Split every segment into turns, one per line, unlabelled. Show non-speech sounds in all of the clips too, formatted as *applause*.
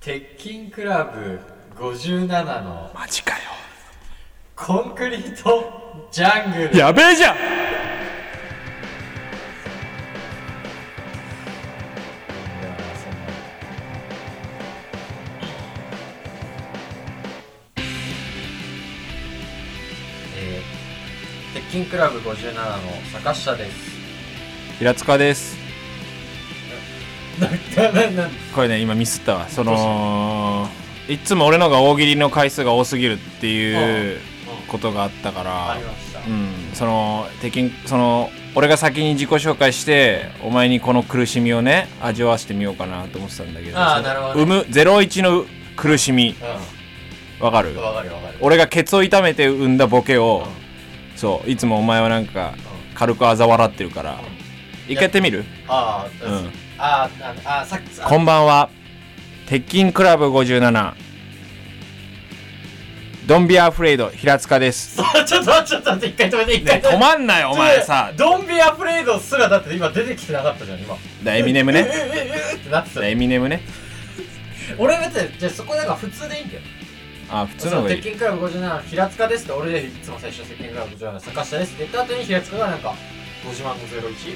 鉄筋クラブ57の
マジかよ
コンクリートジャングル
やべえじゃん
えー鉄筋クラブ57の坂下です
平塚です
ななな
これね今ミスったわそのいっつも俺のが大喜利の回数が多すぎるっていうことがあったから
ありました
うん、その鉄筋その俺が先に自己紹介してお前にこの苦しみをね味わわせてみようかなと思ってたんだけど
あーなるほど
産む01の苦しみわかる
うんわかるわかる
俺がケツを痛めて産んだボケを、そういつもお前はなんか軽く嘲笑ってるから、一回やってみる
あー
うん
あーあーあーさっき
こんばんは鉄筋クラブ57ドンビアフレイド平塚です
あ *laughs* ちょっと待ってちょっと待って一回止めて一回 *laughs* 止
ね
めて
止まんないお前さ
ドンビアプレイドすらだって今出てきてなかったじゃん今
だエミネム
え
ね
えええってなってた
エミネムね
俺別にじゃあそこなんか普通でいいんだよ
あ普通
そ
の方
の
がい
鉄
い
筋クラブ57平塚ですって俺でいつも最初鉄筋クラブ57坂下ですって言った後に平塚がなんか50万の01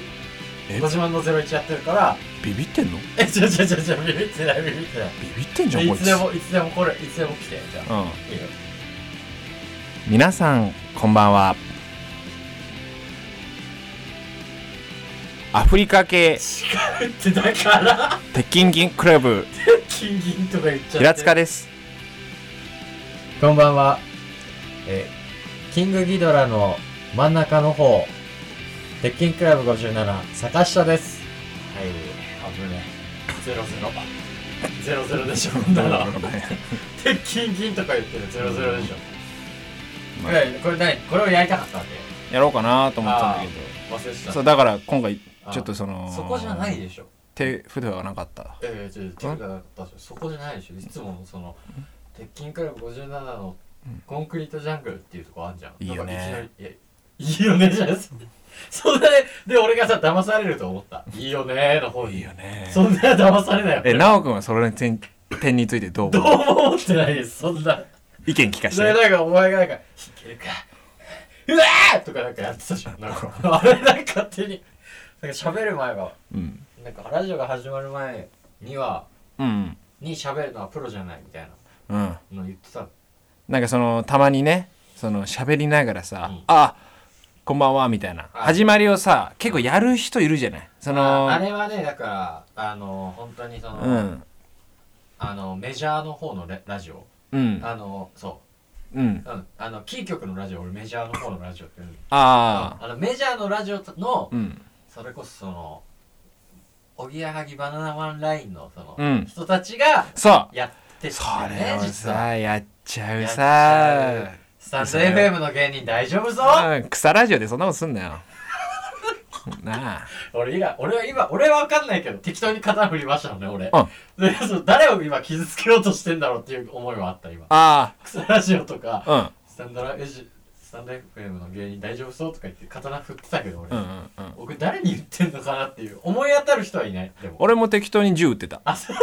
え
50万の01やってるから
ビビってんの
えちょちょちょちょビビってないビビってない
ビビってんじゃん
い
こい
つ
つ
でもいつでもこれいつでも来てじゃあ
うん
いいよ
皆さんこんばんはアフリカ系
違うってだから
鉄筋銀クラブ
金銀とか言っちゃって
平塚です
こんばんは。えーキングギドラの真ん中の方、鉄筋クラブ57、坂下です。はい、危ねえ。ゼロゼロ。ゼロゼロでしょ、こんなの。鉄筋銀とか言ってる、ゼロゼロでしょ。
まあ
いやいやこれ何これをやりたかったんで。
やろうかなと思ってたんだ
忘れて
けど
た。
そ
そう
だから今回ちょっとその
こじゃないでしょ。
手筆はなかった
いやいや、違う違う、手が出したそこじゃないでしょ。いつものその、鉄筋クラブ57のコンクリートジャングルっていうとこあんじゃん。
いいよね
なんかいきなり。いやいいよね、じゃないです。そんなね、で、俺がさ、騙されると思った。いいよねーの方に。
ね
そんな騙されないよ。
えなおくんはそれに点点についてどう
どうも思ってないです、そんな。
意見聞かせ
それ
て
なんか、お前がなんか、弾けるか。うわーとかなんかやってたじゃん。なんか、あれなんか勝手に。なんか喋る前は、
うん
なんかラジオが始まる前には、
うん
に喋るのはプロじゃないみたいな。
うん
の言ってたの
なんかそのたまにねその喋りながらさ「
うん
あこんばんは」みたいな
あ
始まりをさ結構やる人いるじゃないその
ああれはねだからあの本当にその、
うん
あのメジャーの方のレラジオ
うん
あのそ
うん
う、うん、あのキー局のラジオ俺メジャーの方のラジオって言うの
ああ
あのメジャーのラジオの、
うん
それこそそのおぎやはぎバナナマンラインのその、
うん
人たちが
そう
やって
そ
たよ
れ
ね
を
実は
さやっちゃ
や
う
っち
さ
ゃうスタンド FM の芸人大丈夫ぞ
うん草ラジオでそんなことすんなよ *laughs* なあ
俺今俺は今俺は分かんないけど適当に肩振りましたのね俺、
う
でそう誰を今傷つけようとしてんだろうっていう思いはあった今
あ
草ラジオとか、
あ
スタンドラエジスタンド FM の芸人大丈夫そうとか言って刀振ってたけど俺、
うんうんうんうん
僕誰に言ってんのかなっていう思い当たる人はいないでも
俺も適当に銃撃ってた
あそう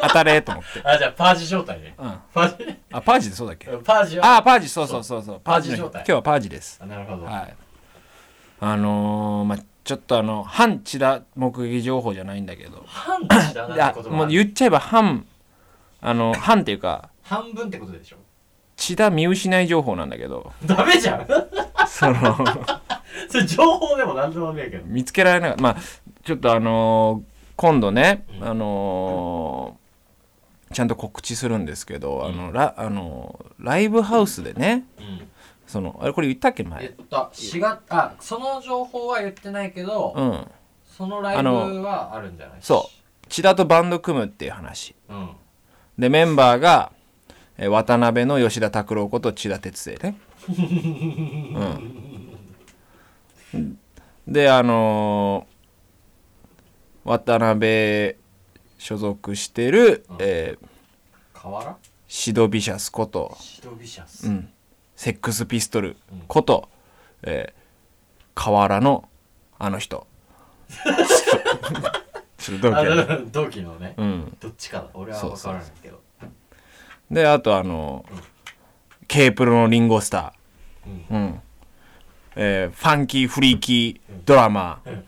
当たれと思って
あじゃあパージ状態ね
うん
パージ *laughs*
あパージでそうだっけ
パージは
ああパージそうそうそうそうパージの日
パージ状態
今日はパージです
あなるほど、
はいあのー、まあちょっとあの反チラ目撃情報じゃないんだけど
半分だなっ
あ
てこと
もう言っちゃえば反あの反っていうか
半分ってことでしょ
血だ見失い情報なんだけど
ダメじゃん *laughs*
その
それ情報でも何でもねえけど
見つけられなかったまあちょっとあのー今度ね
うん
あのーちゃんと告知するんですけど、あのラあのーライブハウスでね
うん
そのあれこれ言ったっけ前、
言った4月あその情報は言ってないけど、
うん
そのライブはあるんじゃない
そ千田とバンド組むっていう話
ううん
でメンバーがえー渡辺の吉田拓郎こと千田哲也ね、うん、であのー渡辺所属してる、えー
河原
シドビシャスこと、
シドビシャス、
うん、セックスピストル
うん
こと、えー河原のあの人する同期はね
あ同期のね、
うん
どっちかだ俺は分からないけど
であとあの K プロのリンゴスター、うんえーファンキーフリーキードラマー、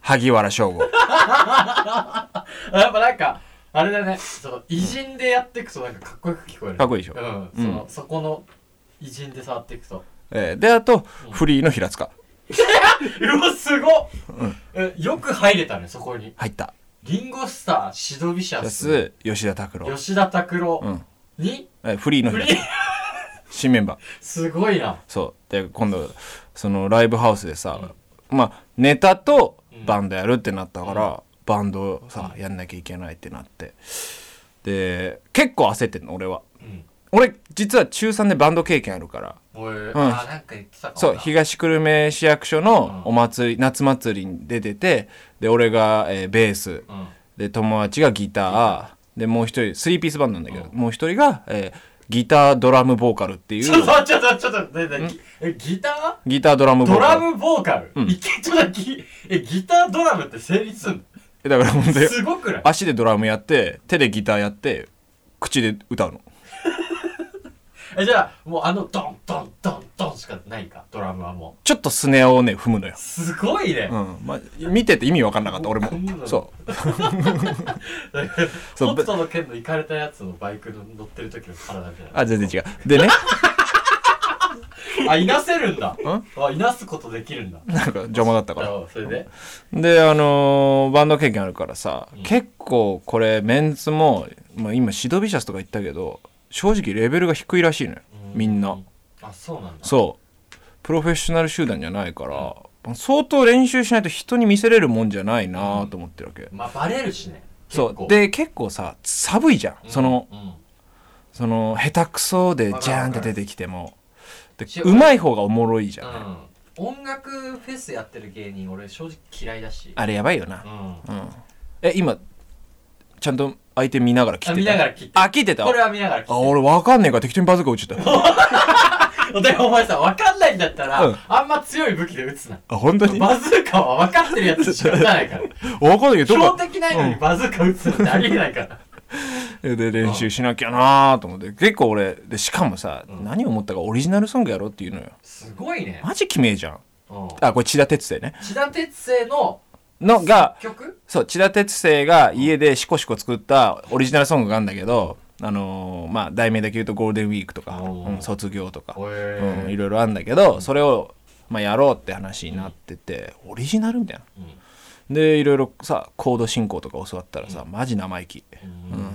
萩原翔吾
あやっぱなんかあれだねその偉人でやっていくとなんかかっこよく聞こえる
かっこいいでしょ
うんその、そこの偉人で触っていくと
えーであとフリーの平塚
うわすごっ、えよく入れたねそこに
入った
リンゴスターシドビシャ
や
ス
つ吉田拓郎、
吉田拓郎
うん
に、
えーフリーの
フ
平
リ
塚 *laughs*
ー
新メンバー
すごいな
そうで今度そのライブハウスでさ、まあネタとバンドやるってなったから、バンドをさやんなきゃいけないってなってで結構焦ってんの俺は
うん
俺実は中3でバンド経験あるから
俺、
ん
あなんか言ってたかも
そう
な
東久留米市役所のお祭り、夏祭りに出ててで俺が、えーベース
うん
で友達がギターでもう一人スリーピースバンドなんだけど、もう一人が、えーギタードラムボーカルってい
ちょっ
う
と待ってちょっとちょっと待ってねねぎえギター
ギタードラムボー
ド
カ
ラ
ル
ムボーカル、
うん
いけちょっとぎえギタードラムって成立すん
えだから本当
の
に
すごくない
足でドラムやって手でギターやって口で歌うの
えじゃあもうあのドンドンドンドンしかないかドラムはも
ちょっとスネアをね踏むのよ
う、すごいね *laughs*
う、んま見てて意味わかんなかった俺
こんなの
もそうそう
北斗の剣の行かれたやつのバイクの乗ってる時の体みたいな
あ全然違うで
*laughs*
ね
あいなせるんだあいなすことできるんだ
なんか邪魔だったから
あそれで
であのーバンド経験あるからさ、
うん
結構これメンツも、まあ、今シドビシャスとか言ったけど正直レベルが低いらしいのよみんな
うあそうなんだ
そうプロフェッショナル集団じゃないから、まあ相当練習しないと人に見せれるもんじゃないなと思ってるわけ、
まあバレるしね
そ
結構
うで結構さ寒いじゃん、
うん
その
うん
その下手くそで
わか
ジ
るわ
ャー
か
ン
る
って出てきてもで
し
うまい方がおもろいじゃん、
うん、音楽フェスやってる芸人俺正直嫌いだし
あれやばいよな
う、ん
うんえ今ちゃんと相手見ながら切っ
あ
て
見
た
ながら聞いて
あ聞いてた
これは見ながら聞いて
あ俺わかんねえから適当にバズー
*laughs*
カ打っちゃった
でもお前さ分かんないんだったら、
うん
あんま強い武器で撃つな
あ本当にわ
バズーカは分かってるやつしか撃た
*laughs*
ないから
かんないけどど
標
こか
的ないのにバズーカ撃つなんてありえないから
で練習しなきゃなーと思って結構俺でしかもさ、
うん
何を思ったかオリジナルソングやろうっていうのよ
すごいね、
マジ決めえじゃん
うん、
あこれ千田哲也ね
千田哲生の
のが
曲
そう千田哲生が家でシコシコ作ったオリジナルソングがあるんだけど、あのーまあ題名だけ言うと「ゴールデンウィーク」とか「
お
う
ー
ん卒業」とか、
へ
うん、
え
いろいろあるんだけどそれを、まあ、やろうって話になっててオリジナルみたいな。でいろいろさコード進行とか教わったらさマジ生意気。
うん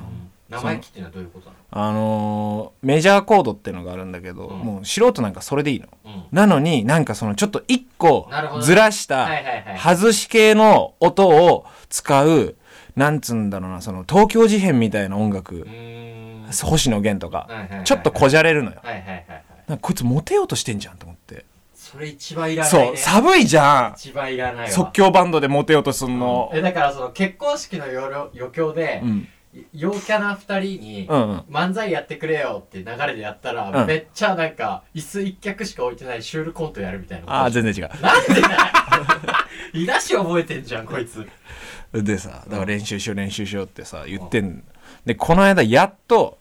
生意気っていうのはどういうことな
あのーメジャーコードってのがあるんだけど、
うん
もう素人なんかそれでいいの。
の、うん
なのになんかそのちょっと一個
なるほどね
ずらし
はい
た
はいはい
外し系の音を使うなんつうんだろうなその東京事変みたいな音楽
うーん
星野源と
はいはいはい
か
はい
ちょっとこじゃれるのよ
はいはいはいはい
なんかこいつモテようとしてんじゃんと思って
それ一番いらない、ね、
そう寒いじゃ
一番いらない
ん
わ
即興バンドでモテようとすんの
えだからその結婚式の余興余興で
う、ん
い陽キャな二人に、
うんうん
漫才やってくれよって流れでやったら、
うん
めっちゃなんか椅子一脚しか置いてないシュールコントやるみたいな
ああ全然違う
なんでだよいだし覚えてんじゃんこい
*laughs*
つ
でさだから練習しよう練習しようってさ言ってんのでこの間やっと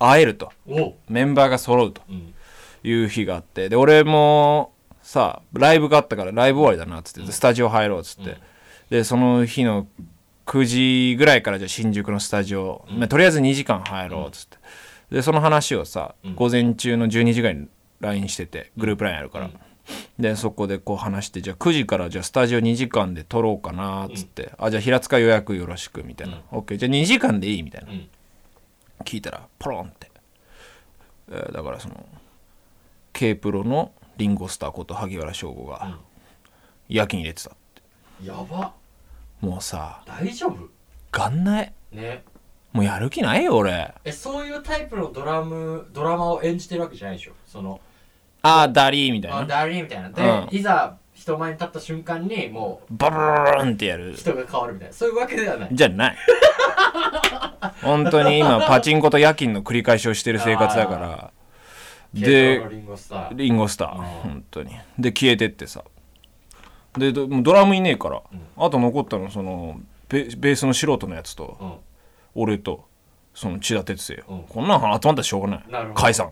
会えると
おう、
メンバーが揃うと
うん、
いう日があってで俺もさライブがあったからライブ終わりだなっつって、スタジオ入ろうっつって、
うん
でその日の9時ぐらいからじゃあ新宿のスタジオ、まあとりあえず2時間入ろうっつって、でその話をさ、
うん
午前中の12時ぐらいに LINE しててグループ LINE あるから、
うん
でそこでこう話してじゃあ9時からじゃあスタジオ2時間で撮ろうかなっつって、あじゃあ平塚予約よろしくみたいな、OK じゃあ2時間でいいみたいな、
うん
聞いたらポロンって、えーだからその K プロのリンゴスターこと萩原翔吾が夜勤入れてたって
やば
もうさ
大丈夫
元内
ね
もうやる気ないよ俺
えそういうタイプのドラムドラマを演じてるわけじゃないでしょその
ああダリーみた
あ
いな
ダリーみたいなで、
うん
いざ人前に立った瞬間にも
バルルルンってやる
う人が変わるみたいなそういうわけではない
じゃない本当に今パチンコと夜勤の繰り返しをしてる生活だから
で
で
リンゴスター
リンゴスター
あー
本当にで消えてってさでどもうドラムいねえから、
うん
あと残ったのそのベベースの素人のやつと、
うん
俺とその千田哲也、
うん
こんなん集まったらしょうがない
なるほど
解散、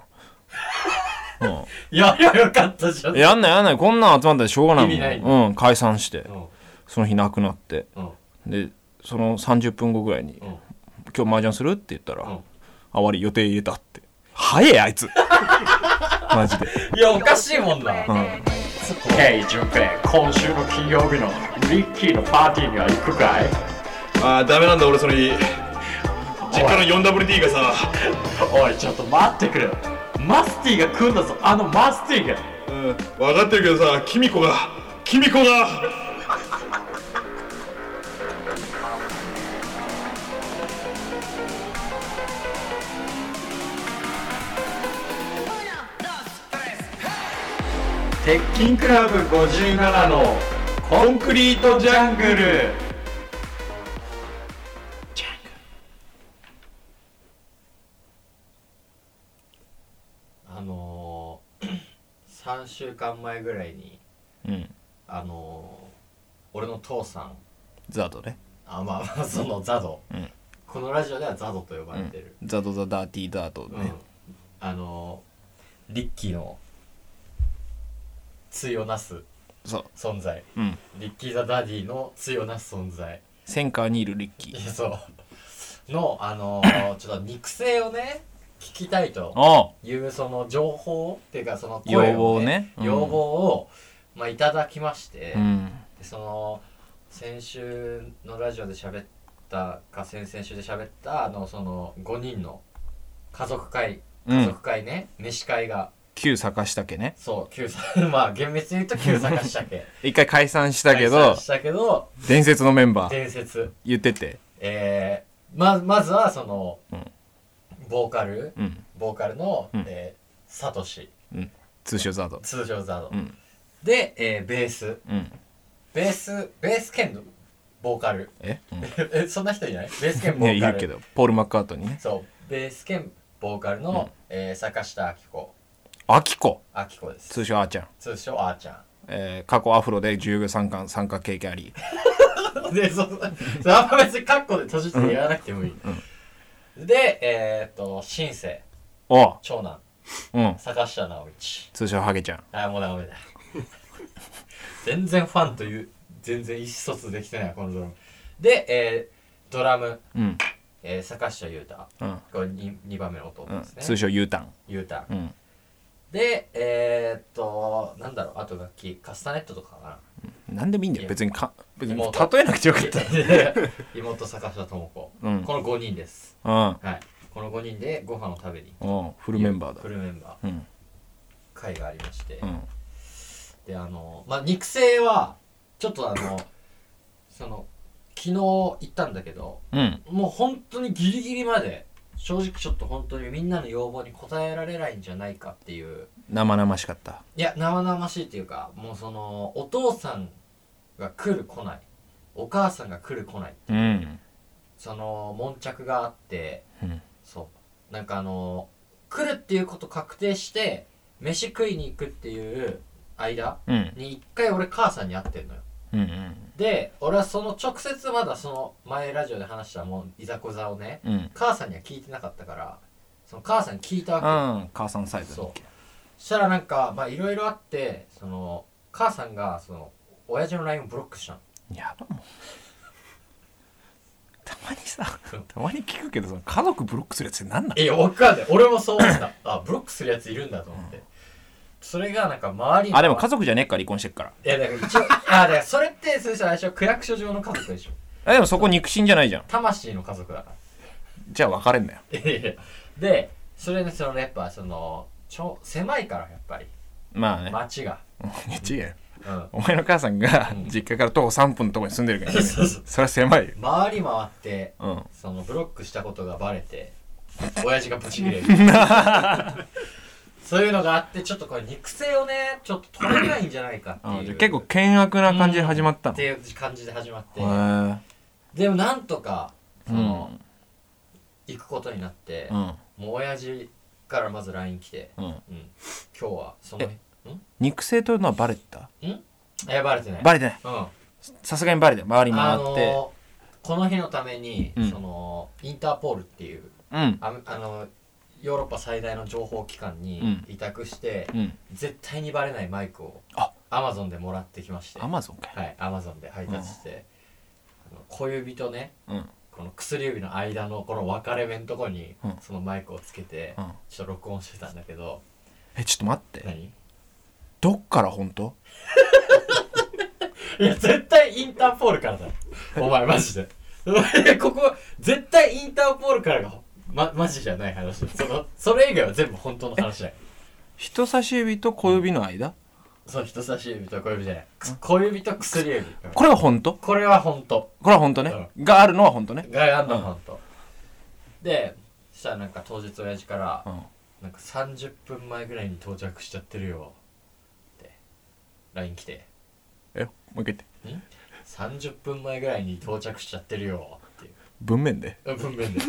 いやいやよかったじゃん
うん、やんないやんないこんなん集まったらしょうがないもん
意味ない
うん、解散して、
うん
その日なくなって
うん
でその30分後ぐらいに
う
「
ん
今日麻雀する?」って言ったら「
うん
あ悪い予定入れた」って「早え
*laughs*
あいつ」マジで
いやおかしいもんな
うん
ヘイ、淳平、今週の金曜日のリッキーのパーティーには行くかい
あーダメなんだ俺それに実家の 4WD がさ
おい、ちょっと待ってくれ。マスティが来んだぞ、あのマスティが。
うん分かってるけどさキミコがキミコが
鉄筋クラブ57のコンクリートジャングル。
あのー3週間前ぐらいに
うん
あのー俺の父さん
ザドね
あまあまあそのザド、
うん
このラジオではザドと呼ば
う
れ
ん
てる、
ザドザダーティーダード
うん
ね、
あのーリッキーの対をなす
そう
存在
うん
リッキー・ザ・ダディの対をなす存在
センカーにいるリッキ
い
ー
やそうのあの
*coughs*
ーちょっと肉声をね聞きたいと
ああ
いうその情報っていうかその声
要
を
望ねうん
要望を、まあ、いただきまして、
うん
でその先週のラジオで喋ったか先々週で喋ったあのその5人の家族会
う
家
ん
族会ね、飯会が
旧坂下家ね
そう旧作 *laughs* まあ厳密に言うと旧坂した
*laughs*
け
一回解散したけ
解
ど
散したけど
伝説のメンバー
伝説
言ってて
えー、ままずはその、
うん
ボーカル
うん
ボーカルの、
うん
えーサトシ
うん通称ザド
通常ザド、
うん
で、えーベース
うん
ベースベース兼ボーカル *laughs*
え、うん
えそんな人いないベース兼ボ
ね、
ー
い
カル
るけどポール・マッカートニーね
そう、ベース兼ボーカルの、えー坂下明子、
アキコ
明子です。
通称あーちゃん、
通称あーちゃ
えー過去アフロで13巻参加経験あり
ん。 *laughs* で、そ、そあんま別にカッコで閉じてやらなくてもいい。で、えー、っと、シンセ、
お
長男、
うん
坂下直一。
通称ハゲちゃん
あー、もうダメだ。 *laughs* 全然ファンという、全然意思疎通できてないわ、このドラム。で、えー、ドラム、
うん
えー、坂下裕太。
うん
これ 2, 二番目の弟
うん
ですね。
通称 U ターン
裕太。
うん
で、えー、っと、なんだろう、あと楽器、カスタネットとか
*laughs*
か
何でもいいんだよ別にか別に
妹
例えなくてよ
な。
かった
妹、坂下智子、
うん
この5人です。
うん
はい。この5人でご飯を食べに。
うんフルメンバーだ
フルメンバー。
うん
会がありまして。
うん
で、あの、まあ、肉声は、ちょっとあの、その、昨日行ったんだけど、
うん
もう本当にギリギリまで、正直ちょっと本当にみんなの要望に応えられないんじゃないかっていう
生々しかった
いや生々しいっていうかもうそのお父さんが来る来ないお母さんが来る来ない
うん
その悶着があって、
うん
そうなんかあの来るっていうこと確定して飯食いに行くっていう間
うん
に一回俺母さんに会ってんのよ
うんうん
で俺はその直接まだその前ラジオで話したもういざこざをね
うん
母さんには聞いてなかったからその母さんに聞いたわけよ
あー母さんサイズだっけ
そしたらなんかまあいろいろあってその母さんがその親父の LINE をブロックしたの
やばもう *laughs* たまにさたまに聞くけどその家族ブロックするやつって何なの
えわかんない俺もそう思ったあブロックするやついるんだと思ってそれがなんか周りの
あでも家族じゃねえから離婚してっから
いやだから
*laughs*
一応あだからそれってそれじゃあ最初区役所上の家族でしょ
あでもそこ肉親じゃないじゃん
魂の家族だか
じゃあ別れんなよ
らいやいやでそれでそのやっぱそのちょ狭いからやっぱり
まあね、
街が
違うよ
うん
お前の母さんが
うん
実家から徒歩3分のとこに住んでるから、ね、
そうそう
*laughs* それは狭いよ
回り回って
うん
そのブロックしたことがバレて親父がブチ切れ
*laughs*
る *laughs* そういうのがあってちょっとこれ肉声をねちょっと取れないんじゃないかって
あ
い
じ
う
ゃあ結構険悪な感じで始まった
っ
の、
て
へ
いう感じで始まって
え
でもなんとかその、
うん
行くことになって、
うん
もう親父からまず LINE 来て、
うん
うん今日はその
え肉声というのはバレてた
んえバレてない
バレてない
うん
さすがにバレてない回り
あ
回っ
の
て、
ーこの日のために、
うん
そのインターポールっていう
うん
ああのヨーロッパ最大の情報機関に
う
委託して、
うん
絶対にバレないマイクを
あ
アマゾンでもらってきまして
アマゾンかよ
はいアマゾンで配達して、あの小指とね
うん
この薬指の間のこの分かれ目のとこに
うん
そのマイクをつけて
うん
ちょっと録音してたんだけど、
えちょっと待って
何
どっから本当
いや絶対インターポールからだよお前マジで *laughs* いやここ絶対インターポールからが、ま、マジじゃない話だそのそれ以外は全部本当の話だよ
人差し指と小指の間、
そう人差し指と小指じゃないく小指と薬指うん
これは本当
これは本当
これは本当ね、があるのは本当ね
ガイアンド本当でそしたらなんか当日親父から、
うん
なんか30分前ぐらいに到着しちゃってるよって LINE 来て
えもう一回言って
30分前ぐらいに到着しちゃってるよっていう
文面で
うん文 *laughs* 面で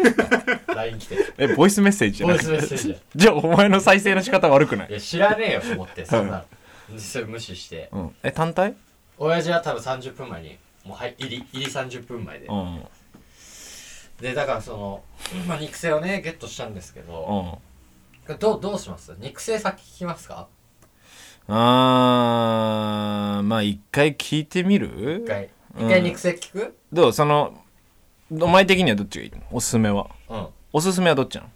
LINE 来て
えボイスメッセージじゃ
ボ
な
イ
く
ス
て
メッセージだ
じゃあお前の再生の仕方悪くない
いや知らねえよと思ってそんなのそれ無視して
うん、え単体
親父は多分30分前にもうはい入り入り30分前で
うんうん
でだからその、まあ、肉声をねゲットしたんですけどどうどうします肉声先聞きますか
あーまあ一回聞いてみる
一回
うん
一回肉声聞く
どうそのお前的にはどっちがいいのおすすめは
うん
おすすめはどっちなの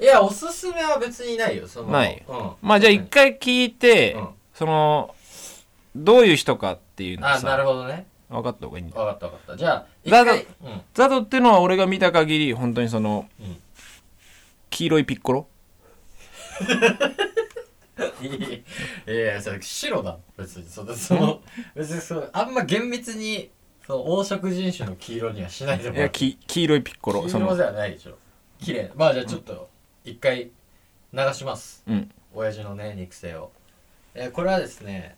いやおすすめは別にないよその
ない
うん
まあじゃあ一回聞いて、
うん
そのどういう人かっていうのを
あなる
さ
ほどね
分かった方がいいんだよ
分かった分かったじゃあ一
だが
回うん
ザドっていうのは俺が見た限り本当にその、
うん
黄色いピッコロ
いいいやいやそれ白だ別にそのその別にそのあんま厳密にその黄色人種の黄色にはしないでも
い
ら
や
う
き黄色いピッコロ
黄
そ
色
の
ではないでしょ綺麗まあじゃあちょっと一回流します
うん
親父のね肉声を、えーこれはですね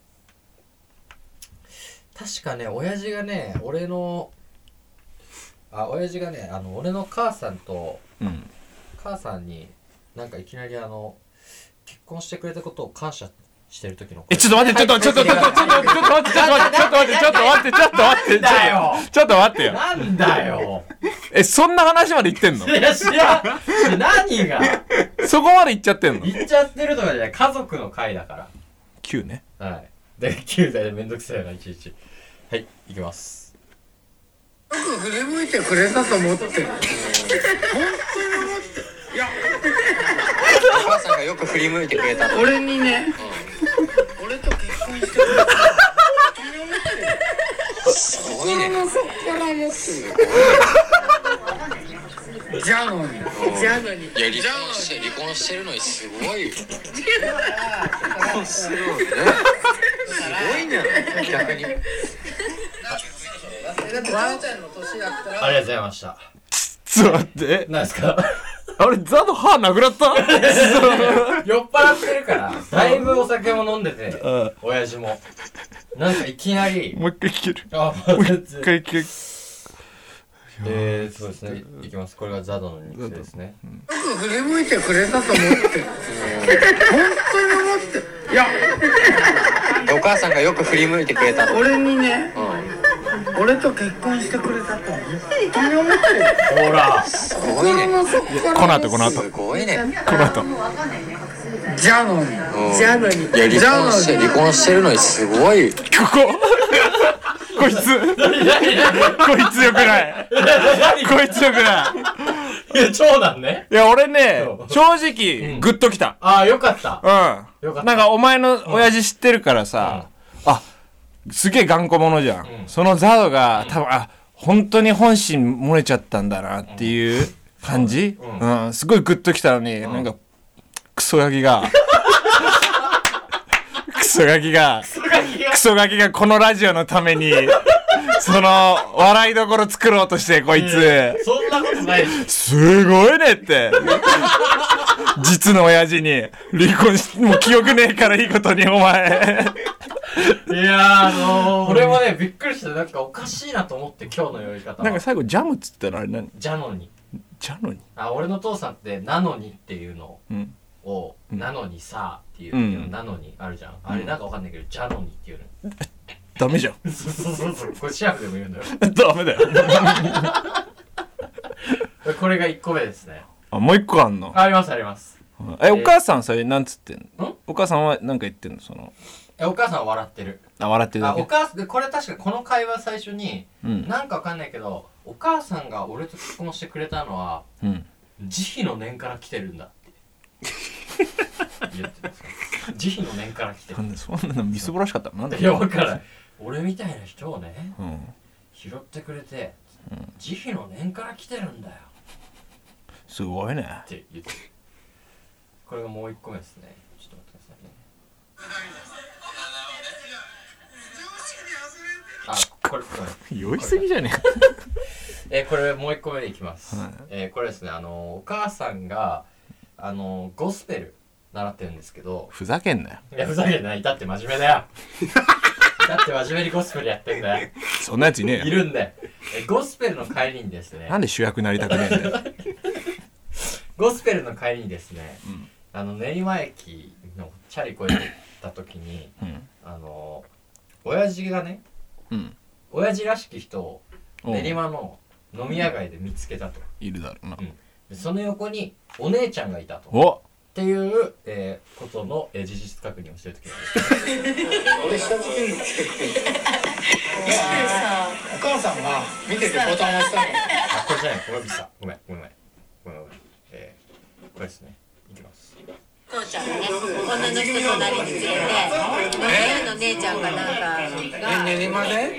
確かね親父がね俺のあ親父がねあの俺の母さんと
うん
母さんになんかいきなりあの結婚してくれたことを感謝してる時の
えちょっと待ってちょっとちょっとちょっとちょっとちょっと待ってちょっと待ってちょっと待ってちょっと待ってちょっと待ってちょっと待って
なんだよ
ちょっと待ってよ
なんだよ
えそんな話まで言ってんの
*laughs* いや知らん何が
そこまで言っちゃってんの
言っちゃってるとかじゃない家族の会だから
?9 ね
はい。で、9代でめんどくさいよな、いちいち。はい、いきます。
振り向いてくれたと思って本当に思ってお母さんがよく振り向いてくれた俺にね俺と結婚してくれたすごいねじゃあのにじゃあのにいや離婚して離婚してるのにすごいよすごいねすごいね逆にワンちゃんの年だったら
ありがとうございました。
ちょっと待って
なんですか
あれザの歯なくなった *laughs*
酔っ払ってるから、だいぶお酒も飲んでて、
うんも
親父も。なんかいきなり、
う一回聞ける
あ、もう全
一
然。
回聞ける
えー、そうですね。いいきます。これがザドの肉声ですね。
振り向いてくれたと思って本当に思っていやお母さんがよく振り向いてくれた俺にね、俺と結婚してくれたと思って本当に思ってる
ほら
すごいね
この後この後
すごいね
この後
じゃあのにじゃあのにいや離婚して離婚してるのにすごい
こここいつこいつよくないこいつよくない
いや、長男ね。
いや俺ね
そう
正直グッときた
あー、よかった。
う
よかっ
ん
た
なんかお前の親父知ってるからさあすげえ頑固者じゃんそのザドが多分あ本当に本心漏れちゃったんだなっていう感じうんすごいグッときたのになんかクソガキがクソガキがクソガキがこのラジオのためにその笑いどころ作ろうとしてこいつ
そんなことないでしょ。
すごいねって実の親父に離婚しもう記憶ねえからいいことにお前
いやー、あのー、俺もね、びっくりして、なんかおかしいなと思って、今日の酔い方
なん
は
か。最後ジャムっつったらあれ何
じゃのに。
ジャノに
あ、俺の父さんって、なのにっていうのを。
うん
を、なのにさっていう、
うん
なのにあるじゃんあれなんかわかんないけど、じゃのにっていうの
ダメじゃん
そうそうそうそう。これシャープでも言うんだよ。
*laughs* ダメだよ
これが1個目ですね。
*laughs* あもう一個あんの
ありますあります。
えお母さんそれなんつってんの
ん
お母さんはなんか言ってんのその
え、お母さんは笑ってる。
あ笑ってる
あ
だ
お
け
母さんでこれ確かこの会話最初に、
うん
なんかわかんないけどお母さんが俺と結婚してくれたのは
うん
慈悲の念から来てるんだって言ってた慈悲の念から来て
な
る
んでそんなのみすぼらしかったのなん
*laughs*
で
いや分からん俺みたいな人をね
うん
拾ってくれて、慈悲の念から来てるんだよ
すごいね
って言ってるこれがもう一個目ですねちょっと待ってくださいねあこれこれ
酔いすぎじゃね
えーこれもう一個目でいきます、
はい
えーこれですねあのお母さんがあのゴスペル習ってるんですけど
ふざけんなよ
いやふざけんないだって真面目だよだって真面目にゴスペルやってんだよ
そんなやついね
い
えよ
るんで、えーゴスペルの帰りにですね
なんで主役になりたくねえんだよ
ゴスペルの帰りにですね、
ん
あの練馬駅のチャリ越えた時
*laughs*
に
うん
あの親父がね
うん
親父らしき人を
おう
練馬の飲み屋街で見つけたと、
いるだろうな
うんでその横にお姉ちゃんがいたと
お
っていう、えーことの、えー事実確認をしてるとき
*laughs*
俺下付けんのお
さ
母さんが見ててボタン押したの
あ、これじゃない、これミスだ。ごめん、ごめん、ごめん、ごめん。えー、これですね。いきます。
父ちゃんがね女の人となりにつれて飲み屋の姉ちゃんがなんかが
え練馬で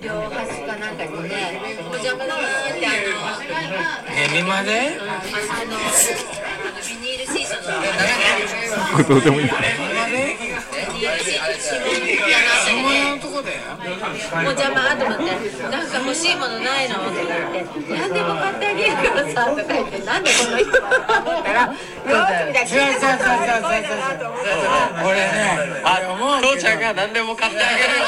両端かなんかにね「お邪魔だな」ってあの。
練馬で
あのビニールシートのビ
どうでもいいから
ニールシートの指紋
親のとこで
もう邪魔と思って「なんか欲しいものないの?」って言って「何でも買ってあげるからさ」とか言って「なんでこの人?」と思ったら「よーみたいな聞いてたらすごいなと思って
俺ねあれ思う父ちゃんが何でも買ってあげるよ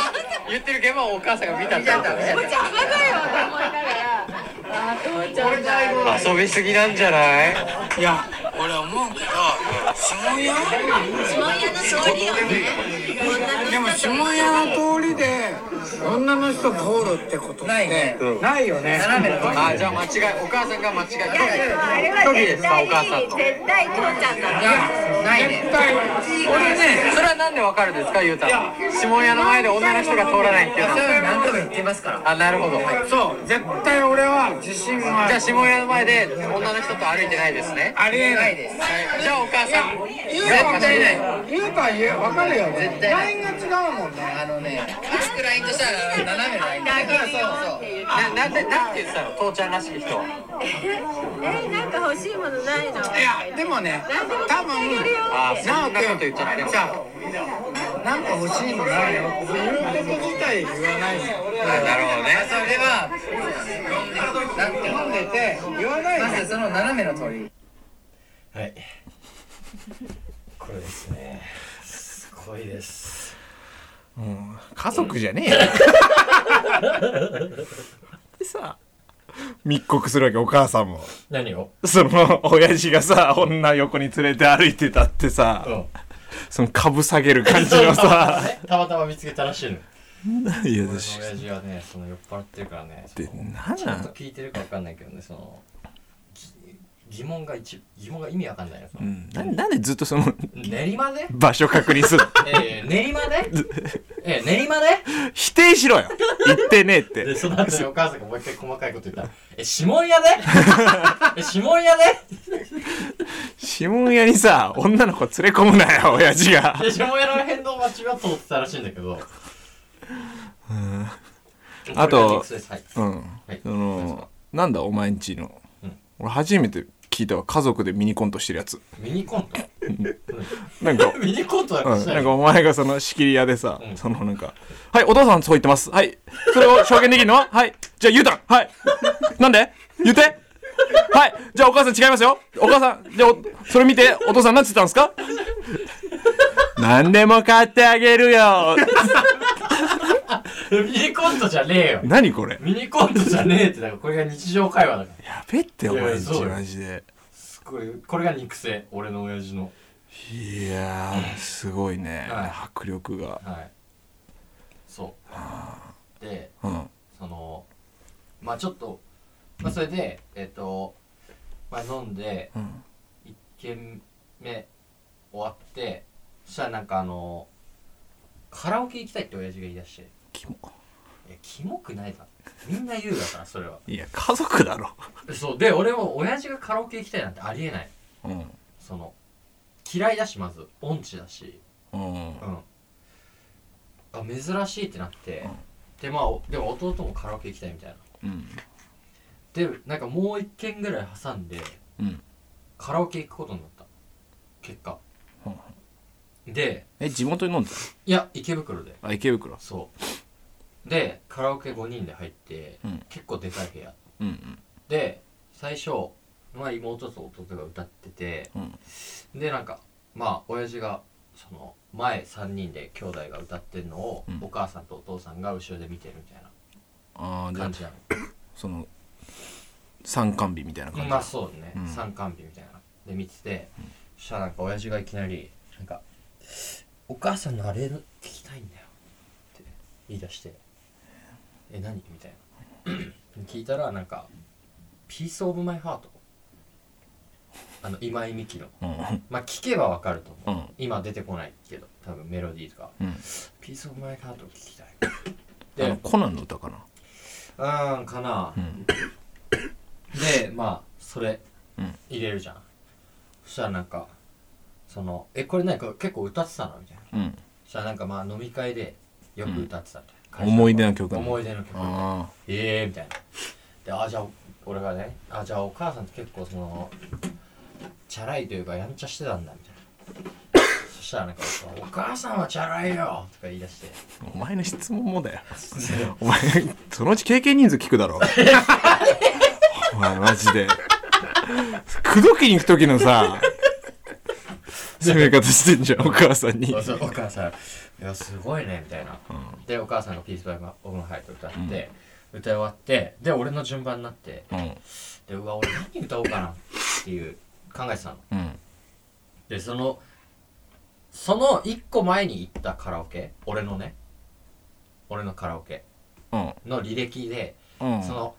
言ってる現場をお母さんが見たんだ
もう邪魔だよ」と思いながら「あー父ちゃんだよ」
遊びすぎなんじゃないいや俺思うけど指紋屋
指紋屋の通りをね
でも指紋屋の通りで女の人通るってことないねないよねあじゃあ間違いお母さんが間違い
あ
拒否拒否ですかお母さんと
絶対父ちゃんだよ
ないね俺ねそれはなんでわかるんですかゆうたら指紋屋の前で女の人が通らないっていうのは何度も言ってますからあなるほどそう絶対俺は自信はじゃあ指紋屋の前で女の人と歩いてないですねありえないですじゃあお母さん絶対ないゆうたはわかるよ絶対ラインが違うもんねあのねスクラインとしたら斜めのラインだからそうそうななんでなんて言ってたの父ちゃんらしい人は
えなんか欲しいものない
い
の
やでもね多分直樹と言っちゃってじゃあなんか欲しいのないのっていうこと自体言わないじゃんなるほどねそれは飲んでて言わないまずその斜めの通り
*laughs*
はい。これですね。すごいです。
家族じゃねえよでさ密告するわけお母さんも
何を
その親父がさ女横に連れて歩いてたってさ、
うん。
その株下げる感じの *laughs* さ
ねたまたま見つけたらしいの。
いや
俺の
でし
親父はね、その酔っ払ってるからね。
って
その
なん
ちゃ
なん
と
ん
聞いてるかわかんないけどね、その、ぎ疑問が一、疑問が意味わかんないよ。その
うんななんでずっとその
練馬で
場所確認するの *laughs*
えー、練馬でえー、練馬で
否定しろよ *laughs* 言ってねえっ
で、
て
その後にお母さんがもう一回細かいこと言った。え、指
*laughs*
紋屋でえ、指紋屋で
指紋屋にさ女の子連れ込むなよ親父が
で、指紋屋の変動待ちは通ってたらしいんだけど。
あ
これが理
と
屈ですはい
うん、
はい何です
そ
か
のなんだお前んちの、
うん
俺初めて聞いたわ家族でミニコントしてる
*laughs*
やつ
ミニコント *laughs*
なんか
ミニコントなん
う
か
ん、
しな
ないんか
の
お前がその仕切り屋でさ、
うん
そのなんか「はいお父さんそう言ってますはいそれを証言できるのは *laughs* はいじゃあ言うたんはいなんで言うてはいじゃあお母さん違いますよお母さんじゃあおそれ見てお父さん何つったんですか何でも買ってあげるよ
*laughs* ミニコントじゃねえよ
何これ
ミニコントじゃねえってだからこれが日常会話だから
やべってお
い
前
や
んち
そうよ
マジです
ごいこれが肉声俺の親父の
いやーすごいね、
はい
迫力が
はいそうで
うん
そのまあちょっと、まあ、それでえっ、と、まあ、飲んで
うん
1軒目終わってそしたらなんかあのカラオケ行きたいって親父が言い出して
キモ
「いやキモくないだろみんな言うだからそれはい
や家族だろ
そうで俺も親父がカラオケ行きたいなんてありえない
うん
その嫌いだしまず音痴だし
うん
うんあ珍しいってなって、でまあおでも弟もカラオケ行きたいみたいな
うん
でなんかもう一軒ぐらい挟んで、
うん
カラオケ行くことになった結果、で
え地元に飲んで
いや池袋で
たあ池袋
そうでカラオケ5人で入って、
うん
結構でかい部屋
うんうん
で最初まあ妹と弟が歌ってて、でなんかまあ親父がその前3人で兄弟が歌ってるのを、
うん
お母さんとお父さんが後ろで見てるみたい
あ
な
あじゃあ
感じなの
その参観日みたいな感じ
まあそうね、
うん
参観日みたいなで見ててそしたらなんか親父がいきなりなんか「お母さんのあれ聞きたいんだよ」って言い出して「え何?」みたいな *clears throat* 聞いたらなんか「ピース・オブ・マイ・ハート」あの今井美樹の
うん
まあ聞けばわかると思う、
うん
今出てこないけど多分メロディーとか
うん
「ピース・オブ・マイ・ハート」聞き *laughs* たい
あ
で
のコナンの歌かな
あーかな、
ん
でまあそれ
うん
入れるじゃん、そしたらなんかその「えこれなんか結構歌ってたの?」みたいな
うん
そしたらなんかまあ飲み会でよく歌ってたみたいな、
思い出の曲なの
思い出の曲
あ
ええー、みたいなであじゃあ俺がねあじゃあお母さんって結構そのチャラいというかやんちゃしてたんだみたいなそしたらなんか「お母さんはチャラいよ」とか言い出して
あお前の質問もだよお前そのうち経験人数聞くだ *laughs* ろお前マジで口説きに行く時の *laughs* さ攻め方してんじゃんお母さんに
そうそうお母さん「いやすごいね」みたいな、でお母さんが「ピースバイオブハイ」と歌って、歌い終わってで俺の順番になって
うん
でうわ俺何歌おうかなっていう考えてたの
うん
でそのその一個前に行ったカラオケ俺のね俺のカラオケ
うん
の履歴で、
うん
その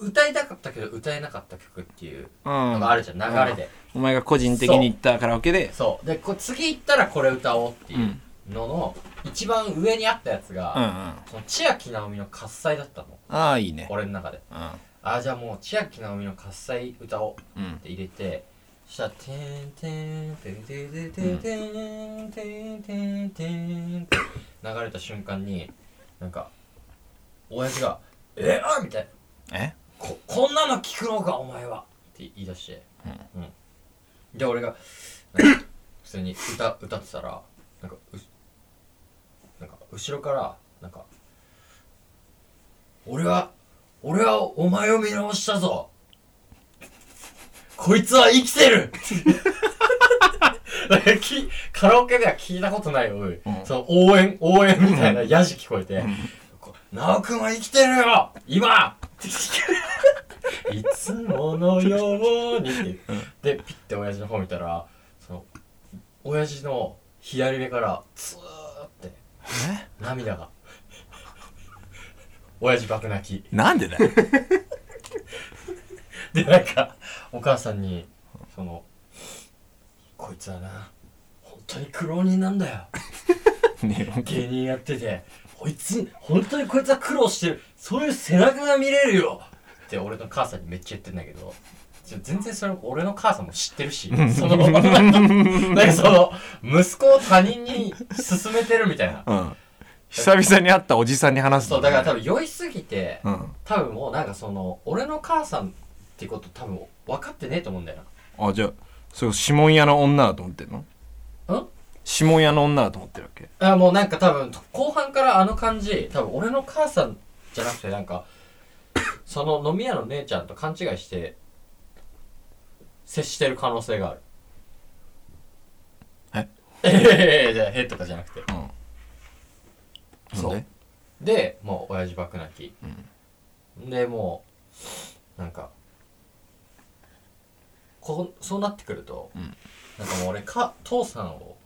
う歌いたかったけど歌えなかった曲っていうのがあ
う
る
ん
じゃん流れで、
お前が個人的に行ったカラオケで
そうでこ次行ったらこれ歌おうって
う
い
んうん
うのの、一番上にあったやつが、
うん
その千秋直美の喝采だったの
ああいいね
俺の中で
うん
ああじゃあもう千秋直美の喝采歌おう
う
っ
ん
て入れてそしたら「てんてんてんてんてんてんてんてんてんてん」って流れた瞬間になんか親父が「えあみたいな
え
ここんなの聞くのかお前はって言い出して、うんで俺がなん *coughs* か普通に歌歌ってたらなんかうなんか後ろからなんか「俺は俺はお前を見直したぞこいつは生きて *laughs* る!なんかき」カラオケでは聞いたことないおい、その応援応援みたいなヤジ聞こえて「こう直くんは生きてるよ *laughs* 今!」って聞けるいつものようにってでピッて親父の方見たらその親父の左目からツーって涙が親父爆泣き
なんでだ *laughs* よ。
でなんかお母さんにその「こいつはな本当に苦労人なんだよ芸人やっててこいつ本当にこいつは苦労してるそういう背中が見れるよって俺の母さんにめっちゃ言ってんだけどちょ全然それ俺の母さんも知ってるしその *laughs* なんかその息子を他人に勧めてるみたいな
うん。久々に会ったおじさんに話す
そうだから多分酔いすぎて
分。うん。
多分もうなんかその俺の母さんってこと多分分かってねえと思うんだよ
あ、じゃあ、それ指紋屋の女だと思ってんの
なうん
指紋屋の女だと思ってるわけ。
あもうなんか多分後半からあの感じ多分俺の母さんじゃなくてなん
*coughs*
かその飲み屋の姉ちゃんと勘違いして接してる可能性がある *laughs*
え
えへへへじゃあへとかじゃなくて
そ
そうう。でもう親父爆泣き、でもうなんかこうそうなってくると、
ん
なんかもう俺か父さんを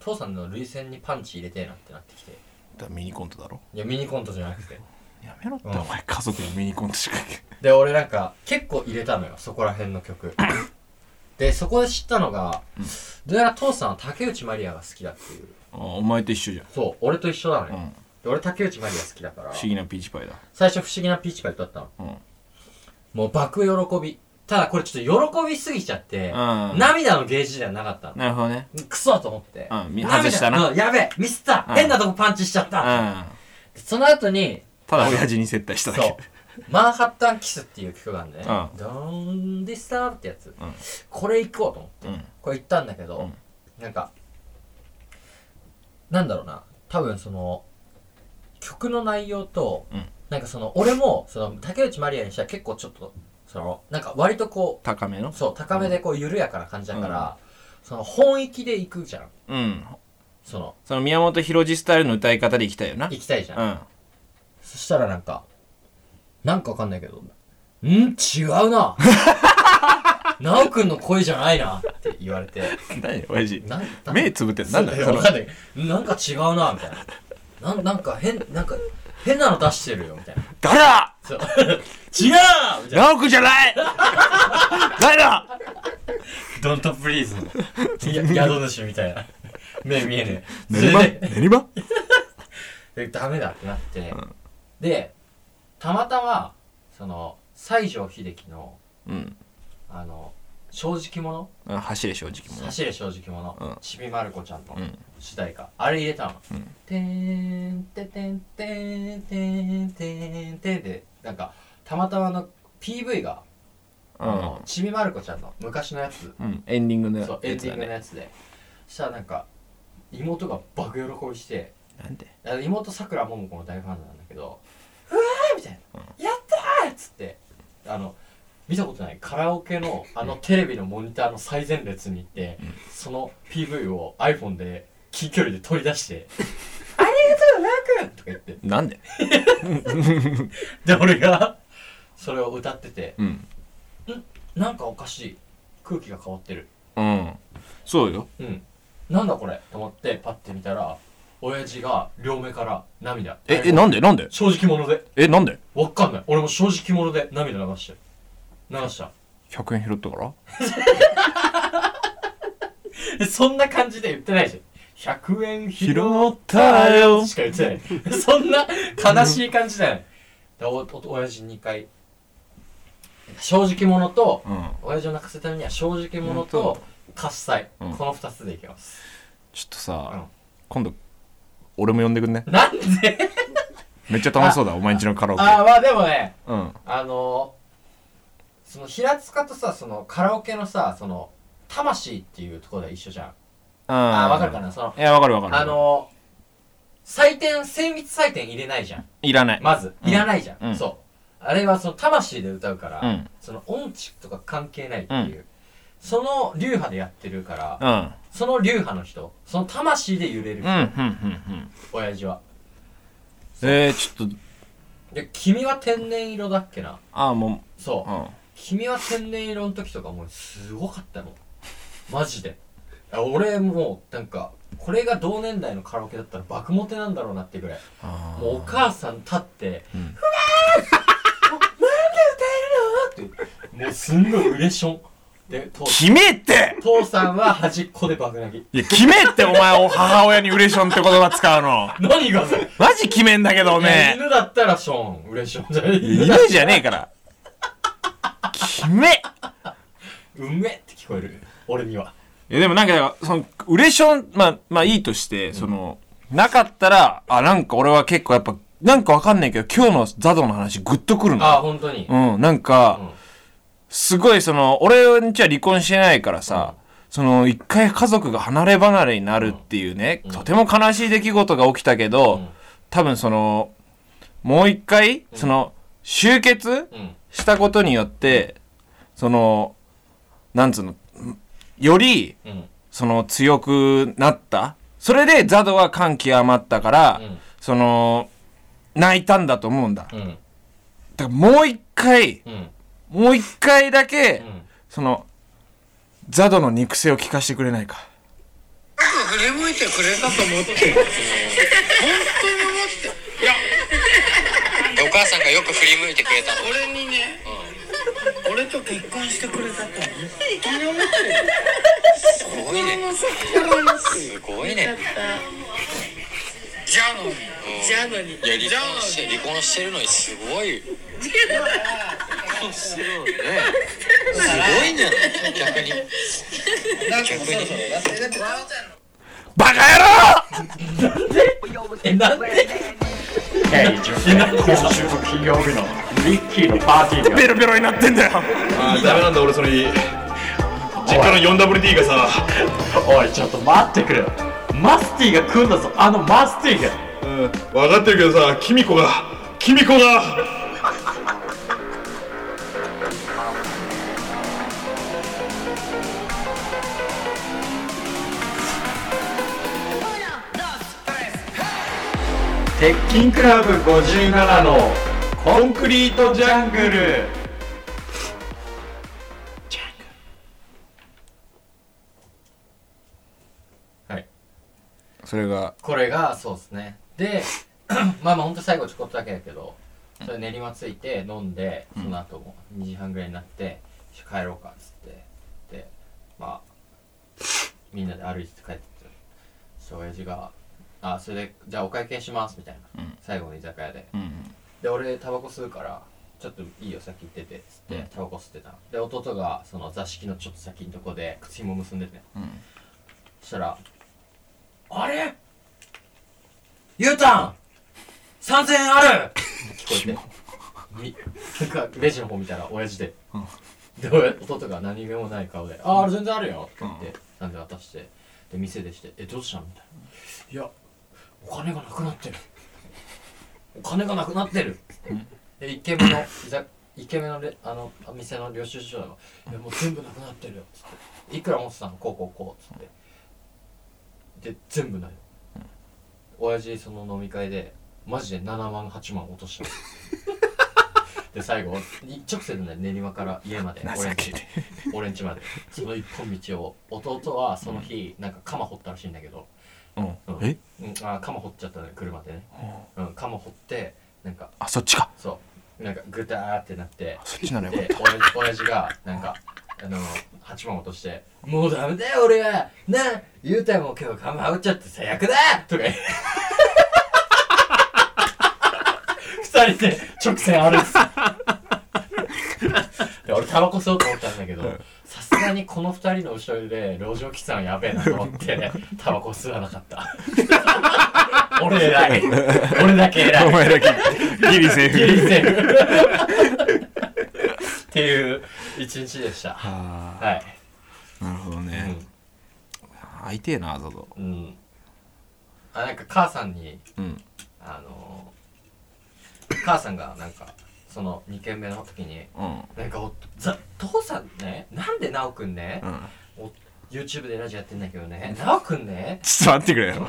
父さんの涙腺にパンチ入れてえなってなってきて
だミニコントだろ
いや、ミニコントじゃなくて。
やめろって、
うん
お前家族のミニコントしか聞け
で、俺なんか、結構入れたのよ、そこら辺の曲。で、そこで知ったのが、どうやら父さんは竹内まりやが好きだっていう。
*laughs* あお前と一緒じゃん
そう、俺と一緒なのよ。
うん
で俺竹内まりや好きだから、
不思議なピーチパイだ
最初不思議なピーチパイ歌ったの。
うん
もう爆喜び。ただこれちょっと喜びすぎちゃって、
うん
涙のゲージではなかったの。
なるほどね
クソと思って。
うんみ
涙
外したな
うんやべえ、ミスった、
うん
変なとこパンチしちゃっ
う
た、
ん
その後に、
ただ親父に接待しただ
そう
け。
マンハッタンキスっていう曲があるんだね。
うん
ドーンディスターブってやつ、
ん
これ行こうと思って。
うん
これ行ったんだけど、なんか、なんだろうな、多分その、曲の内容と、
うん
なんかその、俺も、その、竹内まりやにしては結構ちょっと、その、なんか割とこ
高めの
う、そう、高めでこう、緩やかな感じだから、その、本域で行くじゃん。
うん
その、
その宮本浩次スタイルの歌い方でいきたいよな
行きたいじゃん。
うん
そしたらなんか、なんかわかんないけど、ん違う
*laughs*
な。なおくんの声じゃないなって言われて、
何親父
なんだ
目つぶってんのなんだよそ
わ
の
かんないなんか違うなみたいななんなんか変なんか変なの出してるよみたいな
誰だ
そう *laughs* 違うなみたいな
直君じゃない誰だ
「ドントプリーズ」宿主みたいな目見えねえ
練
そ
馬
れで
練馬
でダメだってなって、でたまたまその西城秀樹の
うん
あの正直者
あ走れ正直者
走れ正直者、
うん
ちびまる子ちゃんの
うん
主題歌、あれ入れたの、てーんててんてーんてーんてーんてーんでなんかたまたまの PV が、あのちびまる子ちゃんの昔のやつ、
うんうんエンディングのやつ
そう
だね
エンディングのやつでそしたらなんか妹が爆喜びして
なんで
あの妹さくらももこの大ファンなんだけど「うわー!」みたいな「やったー!」っつってあの見たことないカラオケのあのテレビのモニターの最前列に行って、その PV を iPhone で近距離で取り出して *laughs* 「ありがとうラーくん!」とか言って
なんで
で俺がそれを歌ってて
うん
なんかおかしい空気が変わってる
うんそうよ
うんなんだこれと思ってパッて見たら親父が両目から涙
ええなんでなんで
正直者で
えなんで
わかんない。俺も正直者で涙流してる。流した。
100円拾ったから
え *laughs* そんな感じで言ってないじゃん。100円拾
拾ったよ
しか言ってない。そんな悲しい感じじゃない。だおお親父2回。正直者と、
うん
親父を泣かせるためには正直者と、喝采。
うん
この2つでいきます。
ちょっと
うん
さ今度俺も呼んでくんね
なんで
めっちゃ楽しそうだお前んちのカラオケ
ああ、まあでもね、
うん
あのー、その平塚とさ、そのカラオケのさ、その、魂っていうところで一緒じゃん。あ
あ
あ、わかるかなその、
いやわかるわかる
あの採点精密採点入れないじゃん
いらない
まず
うん
いらないじゃん、
うん
そうあれはその魂で歌うから、
うん
その音痴とか関係ないっていう、その流派でやってるから、
うん
その流派の人その魂で揺れる、
うんうんうんうん
親父は
えー、ちょっと
で君は天然色だっけな
ああも
そう
う、うん
君は天然色の時とかもうすごかったのマジであ俺もうなんかこれが同年代のカラオケだったら爆モテなんだろうなってぐらい
あ
もうお母さん立って「うわーなんで歌えるの?」ってもうすんごい嬉しょんで父
決めって
父さんは端っこで爆泣き
いや決めってお前お母親に嬉しょんって言葉使うの
何がそれ
マジ決めんだけどお
いや
め
犬だったらショーン嬉しょんじゃない
え
*laughs*
犬じゃねえから決めいう
めえって聞こえる俺には
やでもなんかその嬉しょんまあまあいいとしてその、なかったらあなんか俺は結構やっぱなんかわかんないけど今日のザドの話グッとくるの
ああ本当に
うん、なんか、
うん
すごいその、俺んちは離婚してないからさ、その、一回家族が離れ離れになるっていうね、とても悲しい出来事が起きたけど、
うん
多分その、もう一回、その、集結
うん
したことによって、その、なんつうの、より、
うん
その、強くなった。それで、ザドは感極まったから、
うん
その、泣いたんだと思うんだ。
うん
だからもう一回、
うん
もう一回だけ、
うん
そのザドの肉声を聞かせてくれないか
振り向いてくれたと思って。本当に母さんがよく振り向いてくれた俺にね、俺と結婚してくれたって本当に思ってるすごいねすごいねじゃあのにじゃあのにいや離婚して離婚してるのにすごいすごいねすごいんじゃない逆に逆に
バカ野郎
え、なんで
ケイジュンペイ今週の金曜日のリッキーのパーティーには
ベロベロになってんだよ
あーダメなんだ俺それ実家の 4WD がさ
おいちょっと待ってくれよマスティが来んだぞあのマスティが
うん分かってるけどさキミコがキミコが
鉄筋クラブ57のコンクリートジャングル
それが
これが、そうですね。で、 *clears throat* まあまあ、ほんと最後ちょこっとだけだけど、それ練馬ついて飲んで、その後も2時半ぐらいになって、帰ろうかっつって、で、まあ、みんなで歩いて帰ってて、そしたら親父が、あ、それで、じゃあお会計しますみたいな、最後の居酒屋で。
うん
で俺タバコ吸うからちょっといいよ先行っててっつって、タバコ吸ってたので弟がその座敷のちょっと先のとこで靴紐結んでて、そしたら「あれゆうたん !3000 円ある!」聞こえてみなんかレジの方見たら親父で、で俺弟が何気もない顔で「ああれ全然あるよ」って言って、なんで渡してで店でして「えどうしたの?」みたいな「いやお金がなくなってる」お金がなくなってるでイケメンの居酒イケメンのレあの店の領収書だがいやもう全部なくなってるよつっていくら持ってたのこうこうこうっつってで全部ないよ親父その飲み会でマジで7万8万落としたで最後一直線で練馬から家まで俺ん
情け
ち
ね
俺んちまでその一本道を弟はその日なんか鎌掘ったらしいんだけど
うん
うん
え
うん、あー鎌掘っちゃったね車でね、うん、鎌掘ってなんか
あそっちか
そうなんかグターってなって
そっちならよかっ
で親父親父がなんかあの8万落として「もうダメだよ俺はなあ雄太も今日釜羽打っちゃって最悪だ!」とか言って二人で直線歩いてたで俺タバコ吸おうと思ったんだけどさすがにこの二人の後ろで路上喫煙やべえなと思ってタバコ吸わなかった *laughs* 俺偉い俺だけ偉
た
い
お前だけギリセ
ギリ
ーフ *laughs*
セーフっていう一日でした。
あ
はい。
ーなるほどね会いてえなゾゾ
うん。うん。あ、なんか母さんに、
うん
あのー母さんがなんか、その2軒目の時に、
うん
なんかおざ父さんね、なんで奈くんね、
うん
お YouTube でラジオやってんだけどね、奈くんね、
ちょっと待ってくれよ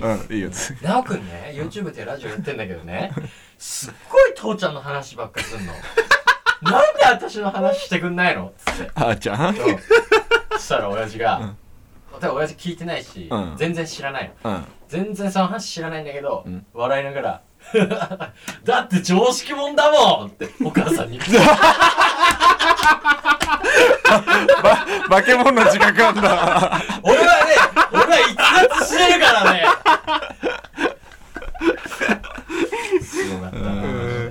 何
うんいいよ
なおくんね、YouTube でラジオやってんだけどね、すっごい父ちゃんの話ばっかりす
*laughs*
んの。なんで私の話してくんないのつって。
あーちゃん
そう *laughs* そしたら親父が、多分親父聞いてないし、
うん
全然知らないの。
うん
全然その話知らないんだけど、
ん
笑いながら、 *laughs* だって常識もんだもんってお母さんに言って。
ば化け物の自覚あんだ
俺はね、俺は逸脱してるからね。すごかったな。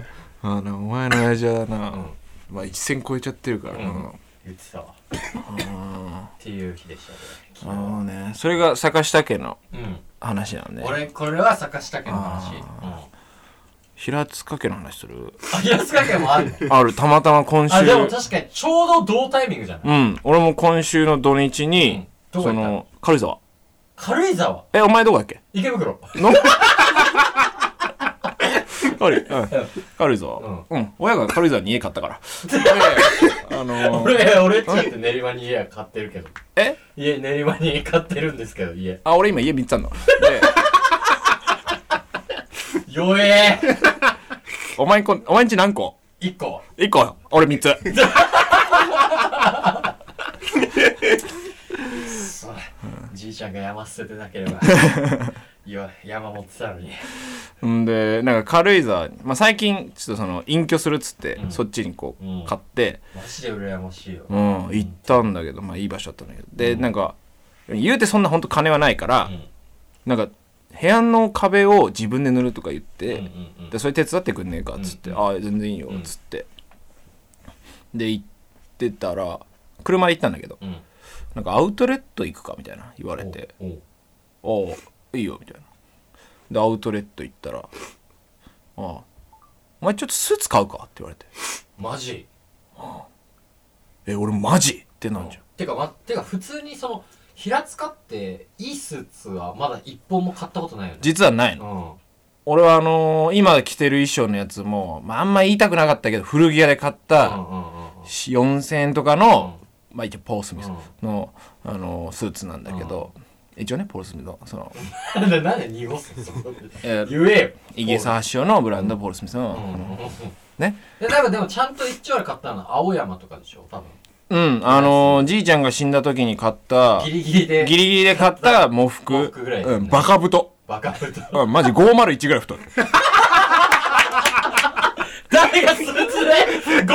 *laughs* あのお前の親父はな、
ん
まあ一線超えちゃってるからな、
うん言ってたわ。っていう日でした
なるほどねそれが坂下家の
ね。
話なん
う
で
ん。俺、これは坂下家の話。うん。
平塚家の話する
あ、平塚家もあるね。
あるたまたま今週
あ、でも確かにちょうど同タイミングじゃない
うん俺も今週の土日に、
うんどこ行っ
そ
た
の軽井沢
軽井沢、
えお前どこだっけ
池袋。
の軽井うん軽井沢、うん親が軽井沢に家買っ
*laughs*
たからあのー、
*laughs* 俺、俺っちだって練馬に家買ってるけど。
え
家、練馬に買ってるんですけど、家。
あ俺今家見つたんだで
弱え
お前こお前んち何個
一個。
一個俺三つ
*laughs* じいちゃんが山捨ててなければ。いや山本さんに
んでなんか軽井沢に、まあ、最近ちょっとその隠居するっつって、そっちにこ
うん
う買って、
マジで羨ましいよ
うん行ったんだけどまあいい場所だったんだけどで、なんか言うてそんな本当金はないから、
ん
なんか部屋の壁を自分で塗るとか言って、
うんうん
でそれ手伝ってくんねえかっつって「ああ全然いいよ」っつって、で行ってたら車で行ったんだけど、
ん
なんかアウトレット行くかみたいな言われて
おう
「ああいいよ」みたいなでアウトレット行ったら「ああお前ちょっとスーツ買うか?」って言われて
マジ
「え俺マジ?」ってなんじゃん
てかまてか普通にその平塚っていいスーツはまだ一本も買ったことないよね
実はないの俺はあのー今着てる衣装のやつも、まあ、あんま言いたくなかったけど古着屋で買った、
うんうんうんうん *laughs*
し4000円とかの、まあ一応ポール・スミスの、あのスーツなんだけど、一応ねポール・スミスのその、
なんでなんで濁すの *laughs*
えー
言えよ
イギリス発祥のブランド、ポール・スミスの、ね
でなんかでもちゃんと一丁あれ買ったのは青山とかでしょ多分
うんあのじいちゃんが死んだ時に買った
ギリ
ギ
ギリで
リギリで買った喪服
喪服ぐらいだよ
う
ね
ん、バカ太、
バカ太
うん、マジ501ぐらい太る
誰がスーツで501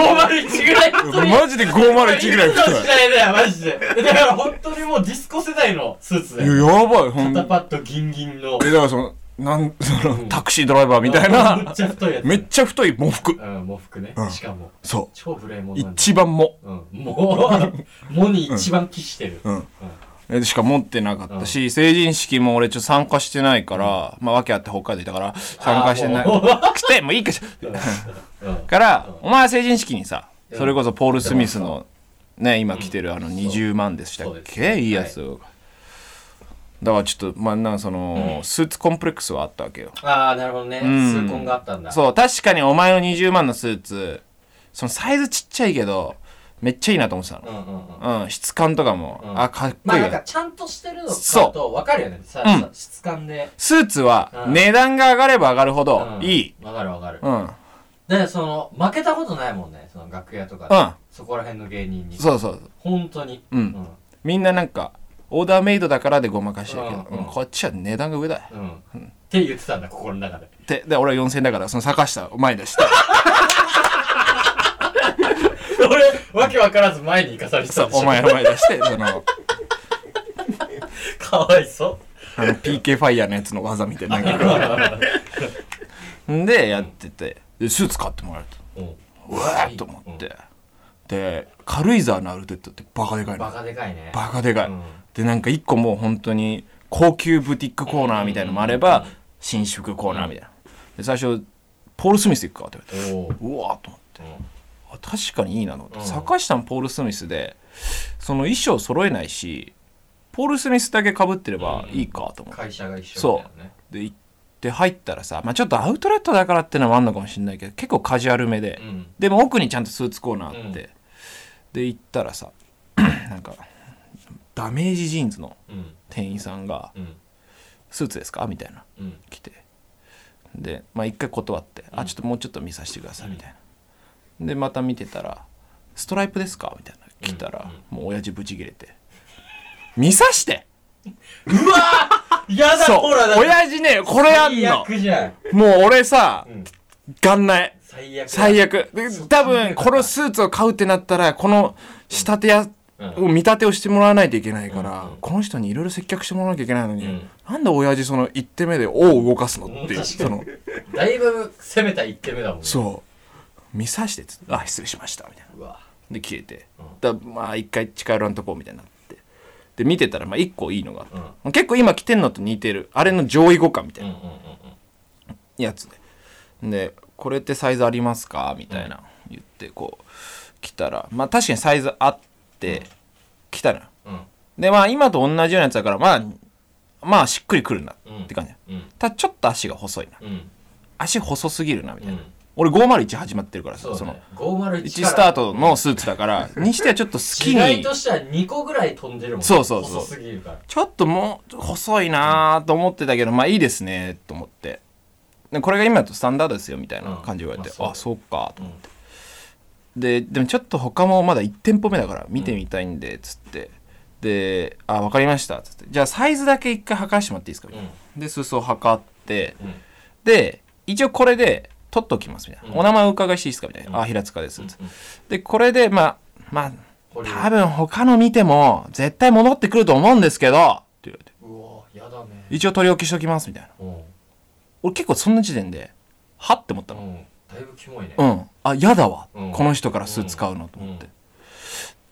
ぐらい太い
マジで501ぐらい
人の
太
時代だよマジでだから本当にもうディスコ世代のスーツだ
るい
よ
ややばいほん
肩
え
パッドギンギンの
だからそのなんそのタクシードライバーみたい
め
な
っちゃ太いやつ
めっちゃ太い喪服
うん喪服ね
うん
しかも
そ
超無礼
う
者なんだ
一番も
うんもうもに一番帰してる
うんえしか持ってなかったし、成人式も俺ちょっと参加してないから、まあ訳あって北海道いたから参加してない
あーもう
くてもういいかし
うん
から、お前は成人式にさ
うん
それこそポール・スミスのね今着てるあの20万でしたっ
そうで
け
す
いいやつをだからちょっとまあなんかその、スーツコンプレックスはあったわけよ
ああなるほどね
ん
痛恨があったんだ
そう確かにお前の20万のスーツそのサイズちっちゃいけどめっちゃいいなと思ってた
うん
の、
うんうん
うん質感とかも、
ん
あかっこ
ま
い
あ
い
なん
わ
かちゃんとしてるの買
そう
うと分かるよねさ
うん
さ質感で
スーツは
うん
値段が上がれば上がるほど
うん
いい。
分かる分かる
うん。
だからその負けたことないもんねその楽屋とかで
うん。
そこら辺の芸人に
そうそう。
本当に
うんみんななんか、オーダーメイドだからでごまかしてるけど、
うん
うんこっちは値段が上だ。っ
うんうんって言ってたんだ心の中で
て、で、俺は4000だから、その坂下、前出
*laughs*
して。
俺わけ分からず前に行かされてた、
そうん
でしょ
お前の前出して、その、
かわいそ
あの PK ファイヤーのやつの技みたいな。
*laughs*
なん
う
かんで、やってて、で、スーツ買ってもらえた。
うん
うわーっと思って。で、軽井沢のアルテッドってバカでかいの
バ。カでかいね
バカでかい、
うん
でなんか一個もう本当に高級ブティックコーナーみたいのもあれば新宿コーナーみたいなで最初「ポール・スミス行くか」って言われて
おー
うわーと思って、あ確かにいいなと思って、
うん
坂下もポール・スミスでその衣装揃えないしポール・スミスだけかぶってればいいかと思って、
会社が一緒みたいなね
で行って入ったらさ、まあ、ちょっとアウトレットだからってのもあんのかもしれないけど結構カジュアルめで、
うん
でも奥にちゃんとスーツコーナーあって、
うん
で行ったらさ *clears throat* なんかダメージジーンズの
うん
店員さんが
うん
「スーツですか?」みたいな
うん
来てでまあ一回断って「あちょっともうちょっと見させてください」みたいなでまた見てたら「ストライプですか?」みたいな来たらもう親父ブチ切れて「見さして!
や」だ
そう
ほらだ
親父ねこれやん
最
の
悪じゃん
もう俺さ
ん
元内
最悪だ
最悪で多分このスーツを買うってなったらこの仕立てや、
う
見立てをしてもらわないといけないから、この人にいろいろ接客してもらわなきゃいけないのに、
ん
なんで親父その一手目で「お」を動かすのっていう、
うん
その
だいぶ攻めた一手目だもんね
そう見さしてっつって「あ失礼しました」みたいな
うわ
で消えて、だまあ一回近寄らんとこうみたいになってで見てたらまあ一個いいのがあって、結構今着てんのと似てるあれの上位互換みたいな、
うんうんうん
やつでで「これってサイズありますか?」みたいな言ってこう来たらまあ確かにサイズあって来たな
うん
でまあ今と同じようなやつだからまあまあしっくりくるなって感じ、
うん
ただちょっと足が細いな
うん
足細すぎるなみたいな、
うん
俺501始まってるから
そ
さ
う
そ
だ
の
ね501
1スタートのスーツだからにしてはちょっと好き
機内
に
としては2個ぐらい飛んでるもんね
そうそうそう
細すぎるから
ちょっともう細いなーと思ってたけど、まあいいですねと思ってでこれが今だとスタンダードですよみたいな感じで言われて、
うんま
あ
あ
そうかと思って、ででもちょっと他もまだ1店舗目だから見てみたいんでっつって、で「あ分かりました」っつって「じゃあサイズだけ一回測してもらっていいですか」みたいな、で裾を測って、で一応これで取っときますみたいな、お名前お伺いしていいですかみたいな「あ平塚です」つってでこれでまあまあ多分他の見ても絶対戻ってくると思うんですけどって言われて
うわやだね
一応取り置きしときますみたいな
うん
俺結構そんな時点ではって思ったの
んだいぶキモいね
うん、あ嫌だわ、
うん
この人から巣使うのと思って、
うん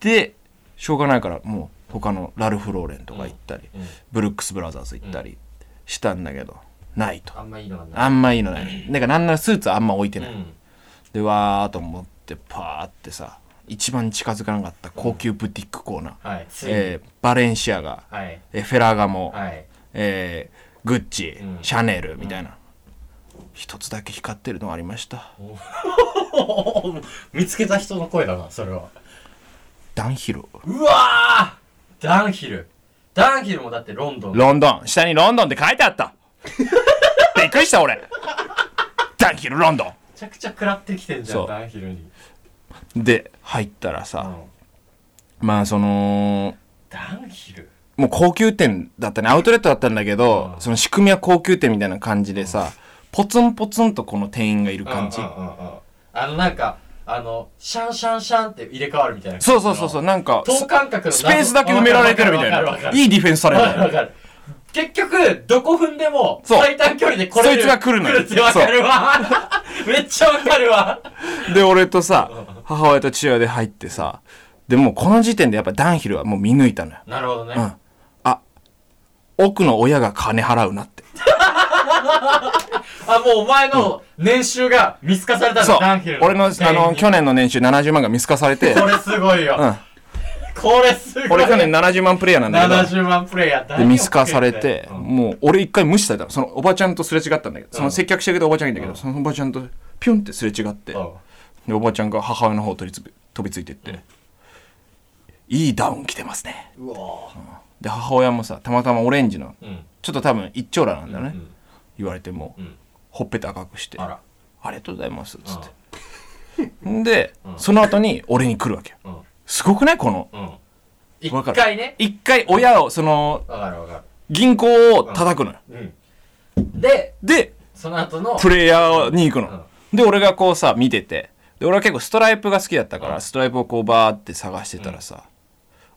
でしょうがないからもう他のラルフ・ローレンとか行ったり、
うん
ブルックス・ブラザーズ行ったりしたんだけど、ないと
あんまいいのがない
あんまいいのないなんかなんならスーツあんま置いて
う
ない、
ん
でわーと思ってパーってさ一番近づかなかった高級ブティックコーナー、
はいついに
えーバレンシアが、
はい
えーフェラガモ、 *laughs*
はい
えーグッチ、
うん
シャネルみたいな、一つだけ光ってるのありました
見つけた人の声だなそれは
ダンヒル
うわーダンヒルダンヒルもだってロンドン
ロンドン下にロンドンって書いてあった
*laughs*
びっくりした俺ダンヒルロンド
めちゃくちゃ食らってきてんじゃ
そ
ん
う
ダンヒルに
ンで入ったら
う
さ、
ん
まあその
ダンヒル
もう高級店だったねアウトレットだったんだけど、その仕組みは高級店みたいな感じでさ、ポツンポツンとこの店員がいる感じ、
うんうんうんうんあのなんかあのシャンシャンシャンって入れ替わるみたいな
そうそうそうそうなんか
等間隔の謎
スペースだけ埋められてるみた
*laughs* わ
い
かるわか
な
る
いいディフェンスされ
わか *laughs* るわ
て
かる結局どこ踏んでも
そう
最短距離で来れる
そいつが来るのよ
来ってわかるわ *laughs* めっちゃわかるわ
るで俺とさ母親と父親で入ってさでもうこの時点でやっぱダンヒルはもう見抜いたのよ
なるほどね、
ん奥の親が金払うなって
あもうお前の年収が見透かされた
そ
の
う
ダンヒル。
俺の、あの、去
年
年の年収70万が見透かさ
*laughs*
れて、
これすごいよ、
うん
これすごい
俺去年70万プレイヤーなんだけ
70万プレイヤー
ど、
だ
で、見透かされて、
うん
もう俺一回無視されたの。そのおばちゃんとすれ違ったんだけど、その接客してくれたおばちゃんがいいんだけど、そのおばちゃんとピュンってすれ違って、
うん
で、おばちゃんが母親の方を取りつぶ飛びついてって、いいダウン着てますね。
うわ
で、母親もさ、たまたまオレンジの、
ーうん
ちょっと多分一丁羅なんだよね。
うん
言われても、
ん
ほっぺた赤くして、
あら
ありがとうございますっつって、ん、で、その後に俺に来るわけよ、
うん
すごくないこの
うん一
わかる
回ね
一回親をその
わかるわか
銀行を叩くのよ、
るうんで
で
その後の
プレイヤーに行くの、で俺がこうさ見ててで俺は結構ストライプが好きだったから、ストライプをこうバーって探してたらさ、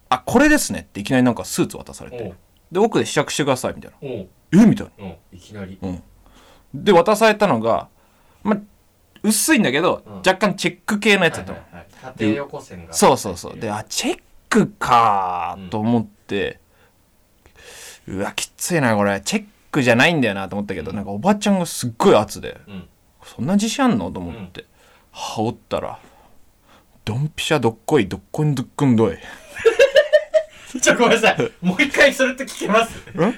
あこれですねっていきなりなんかスーツ渡され
お
て
う
で奥で試着してくださいみたいな
うんうん
えみたいな
うんいきなり
で渡されたのがまあ薄いんだけど、
ん
若干チェック系のやつだったの、
はいはいはい縦横線が
そうそうそうであチェックかーと思って、うわきついなこれチェックじゃないんだよなと思ったけど、なんかおばちゃんがすっごい圧で、
ん
そんな自信あんのと思って、羽織ったらドンピシャどっこいどっこんどっこんどい
*laughs* ちょごめんなさい
*laughs*
もう一回それって聞けます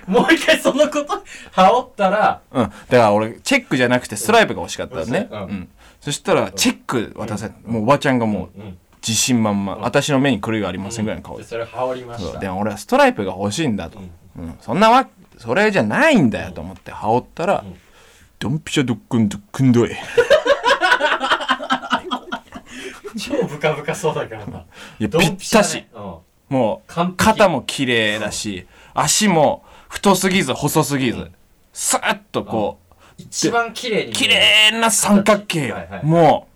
もう一回そのこと *laughs* 羽織ったら
うん、だから俺チェックじゃなくてストライプが欲しかったのね、
う
うんんそしたらチェック渡せ、もうおばちゃんがもう
うん
自信満々、私の目に狂いがありませんぐらいの顔で
でそれ羽織りまし
そう
た
でも俺はストライプが欲しいんだと、うんそんなわそれじゃないんだよと思って羽織ったら、ドンピシャドックンドックンドイい
超ブカブカそうだからな
や
ド
ぴ
ン
っ
ピシャだ
たし
ね、うん
も
完
う
璧
肩も綺麗だし足も太すぎず細すぎず、さーっとこう
一番綺麗に
綺麗な三角形よ、
はいはい
も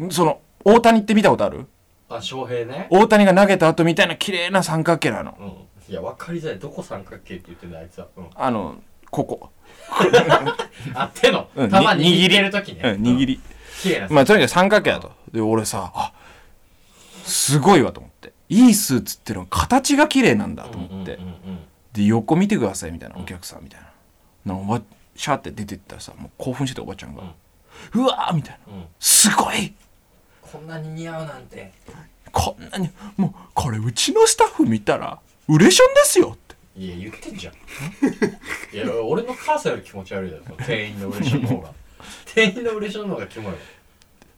うその大谷って見たことある
あ翔平ね
大谷が投げた後みたいな綺麗な三角形なの、
うんいや分かりづらいどこ三角形って言ってんだあいつは、
*laughs*
うん、
あのここ、
あ手の球
うんに
握ってる時ね、
うん、握り、
綺麗な
まあとにかく三角形だと。で、俺さ、あすごいわと思って。いいスーツってのは形が綺麗なんだと思って。で、横見てくださいみたいな、お客さんみたいな。なんかおばシャーって出てったらさ、もう興奮してたおばちゃんが、うわーみたいな、すごい
こんなに似合うなんて
こんなに、もうこれうちのスタッフ見たら、ウレションですよって。
いや言ってんじゃん
*laughs*
いや俺の母さんより気持ち悪いだろその店員の嬉しいの方が店員の嬉しいの方がキモいわ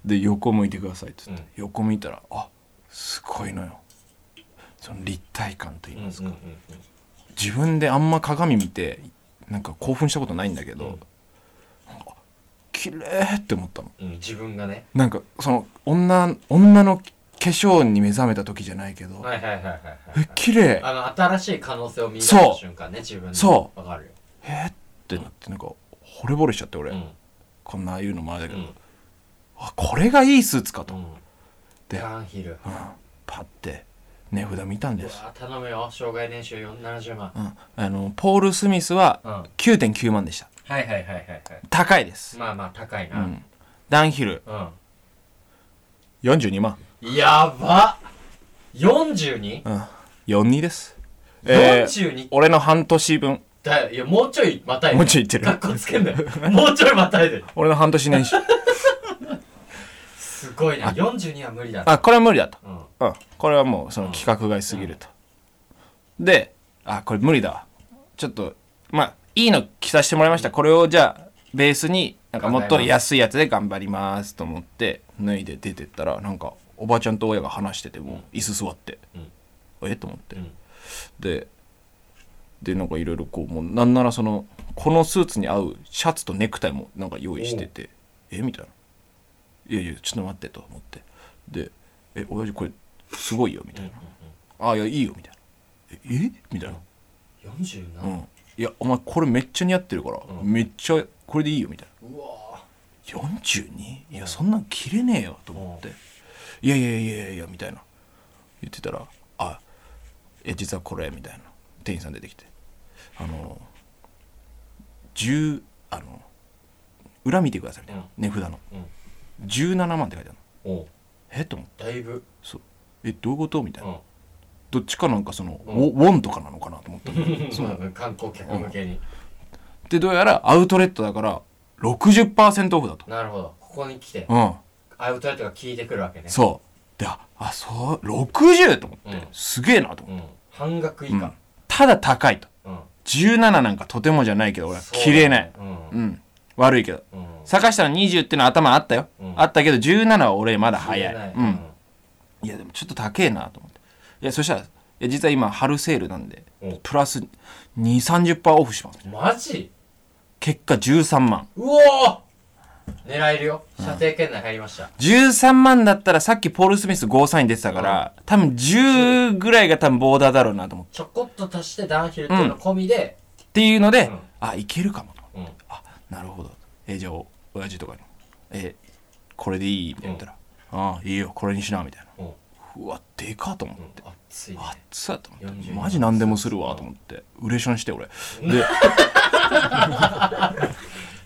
で、横向いてくださいって言って、
うん
横見たら、あすごいのよ。その立体感と言いますか。自分であんま鏡見てなんか興奮したことないんだけど、なんか綺麗って思ったの
うん自分がね
なんかその女女の粧に目覚めた時じゃないけど、
はいはいはいはいはい。
え綺麗
あの、新しい可能性を見出す
そう
瞬間ね、自分で。
そう
わかるよ。
えーってなってなんか惚れ惚れしちゃって俺、
うん。
こんな言うのもあれだけ
う
ど、
ん。
あこれがいいスーツかと、
うん。
で
ガンヒル。
パッて値札見たん
う
です、
わ頼むよ。障害年収470万。
うん、あのポール・スミスは
うん。はい
9.9万でした
はいはいはいはい。
高いです、
まあまあ、高いうな。
ん、ダンヒル
うん。
42万、
やば 42?
うん、42ですえー、
42?
俺の半年分
だよいや、もうちょいまたいで
もうちょい言ってる
かっこつけん
*laughs*
だよ。もうちょいまたいで。
俺の半年年収
すごいな。42は無理だな。
あこれは無理だと、
うん。
うん、これはもうその規格外すぎると、であこれ無理だわちょっとまあいいの着させてもらいましたこれをじゃあベースになんかもっと安いやつで頑張りますと思って脱いで出てったらなんかおばちゃんと親が話してても椅子座って、えと思って、
うん
ででなんかいろいろこうもうなんならそのこのスーツに合うシャツとネクタイもなんか用意しててえみたいないやいやちょっと待ってと思ってで「え親父これすごいよ」みたいな「あいやいいよ」みたいな「ええみたいな「う
47?
んいやお前これめっちゃ似合ってるから、めっちゃこれでいいよ」みたいな「42? いやそんなん着れねえよ」と思って「いやいやいやいやいや」みたいな言ってたら「あえ実はこれ」みたいな店員さん出てきて「あの10あの裏見てください」みたいな、値札の、17万って書いてあるの
おう
えっと思って
だいぶ。
そうえどういうことみたいな、
うん
どっちかなんかその、ウォウォンとかなのかなと思ったんだけど
そう観光客向けに。
でどうやらアウトレットだから60%オフだと
なるほど。ここに来て、
うん
アウトレットが効いてくるわけね。
そうでああそう60と思って、
うん
すげえなと思
う
って、
ん。半額以
うん
下。
ただ高いと
うん。
17なんかとてもじゃないけど俺は着れない
うん。
うん、悪いけど
うん。
坂下の20ってのは頭あったよ、
うん
あったけど17は俺まだ早い
言えな
うん、いやでもちょっと高えなと思っていやそしたらいや実は今春セールなんで
うん
プラス230%オフします
うん。マジ
結果13万
うおー狙えるよ。射程圏内入りました。
13万だったらさっきポール・スミス53に出てたから、多分10ぐらいが多分ボーダーだろうなと思って
ちょこっと足してダンヒルっていうの込みで、
っていうので、
うん
あいけるかもと思って
うん。
あなるほどえじゃあお親父とかに「えこれでいい?」みたいな言ったら「ああいいよこれにしな」みたいな
うん。
うわでかっと思って。
熱いね。
あっつだと思って
42
マジ何でもするわと思ってウレションして俺で。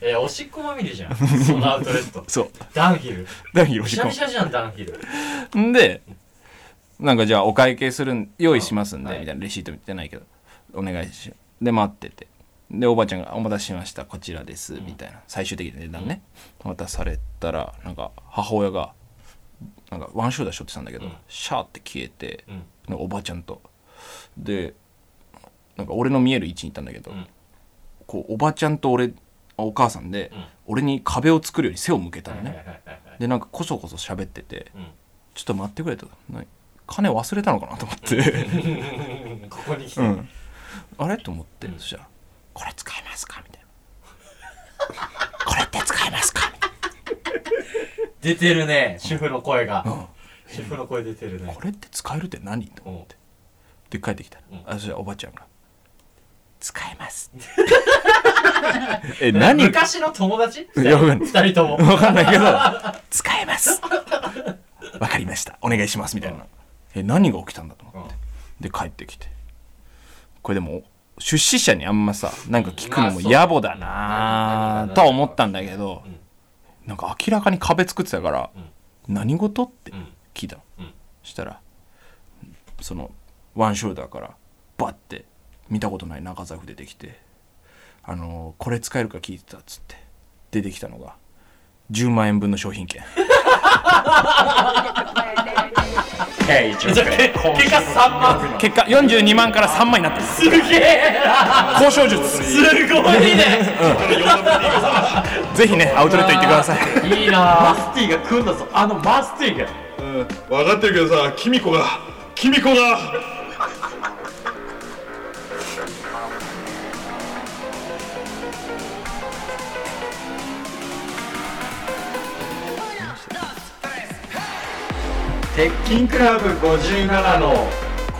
えー、おしっこまみれじゃん。そのアウトレット *laughs*
*laughs* そう
ダンヒル。
何広
シ
し
ャ
こ
ビシャじゃん、ダンヒル。
んでなんかじゃあお会計するん用意しますんで
はい
みたいなレシート見てないけどお願いしますで待っててでおばあちゃんが「お待たせしましたこちらです」みたいな最終的な値段ね渡されたらなんか母親がなんかワンショーダーしょってたんだけどシャーって消えて
ん
なんかおばあちゃんとでなんか俺の見える位置にいたんだけど
ん
こうおばちゃんと俺お母さんで俺に壁を作るように背を向けたのねでなんかこそこそ喋ってて
ん
「ちょっと待ってくれ」と「な金忘れたのかな?」と思って
うんここに来
「う
て。
ん、 *laughs* あれ?」と思ってそしたら「これ使えますか?」みたいな「これって使えますか?」みたい
出てるね、主婦の声が。
な
主婦の声出てる
うん「
ね
こ。れって使えるって何?」と思ってで帰ってきたら、あそしたらおばちゃんが「使えます」 *laughs* え *laughs* 何か
昔の友達
いやわかんない
二人とも。
わかんないけど、 *laughs* 使えます。わかりました。お願いします。みたいな。え、何が起きたんだと思って。で、帰ってきて。これでも、出資者にあんまさ、なんか聞くのも野暮だなぁとは思ったんだけど、なんか明らかに壁作ってたから、何事って聞いたの。したら、その、ワンショルダーから、バッて、見たことない中財布出てきて、あのこれ使えるか聞いてたっつって、出てきたのが、10万円分の商品
*laughs*
券。
K 順平今週
結果3万。
結果42万から3万になってる
すげえ
交渉術
すごいね
ぜひねアウトレット行ってください
いいな
マスティが来んだぞあのマスティが
うん分かってるけどさキミコがキミコが
「
鉄筋クラブ57の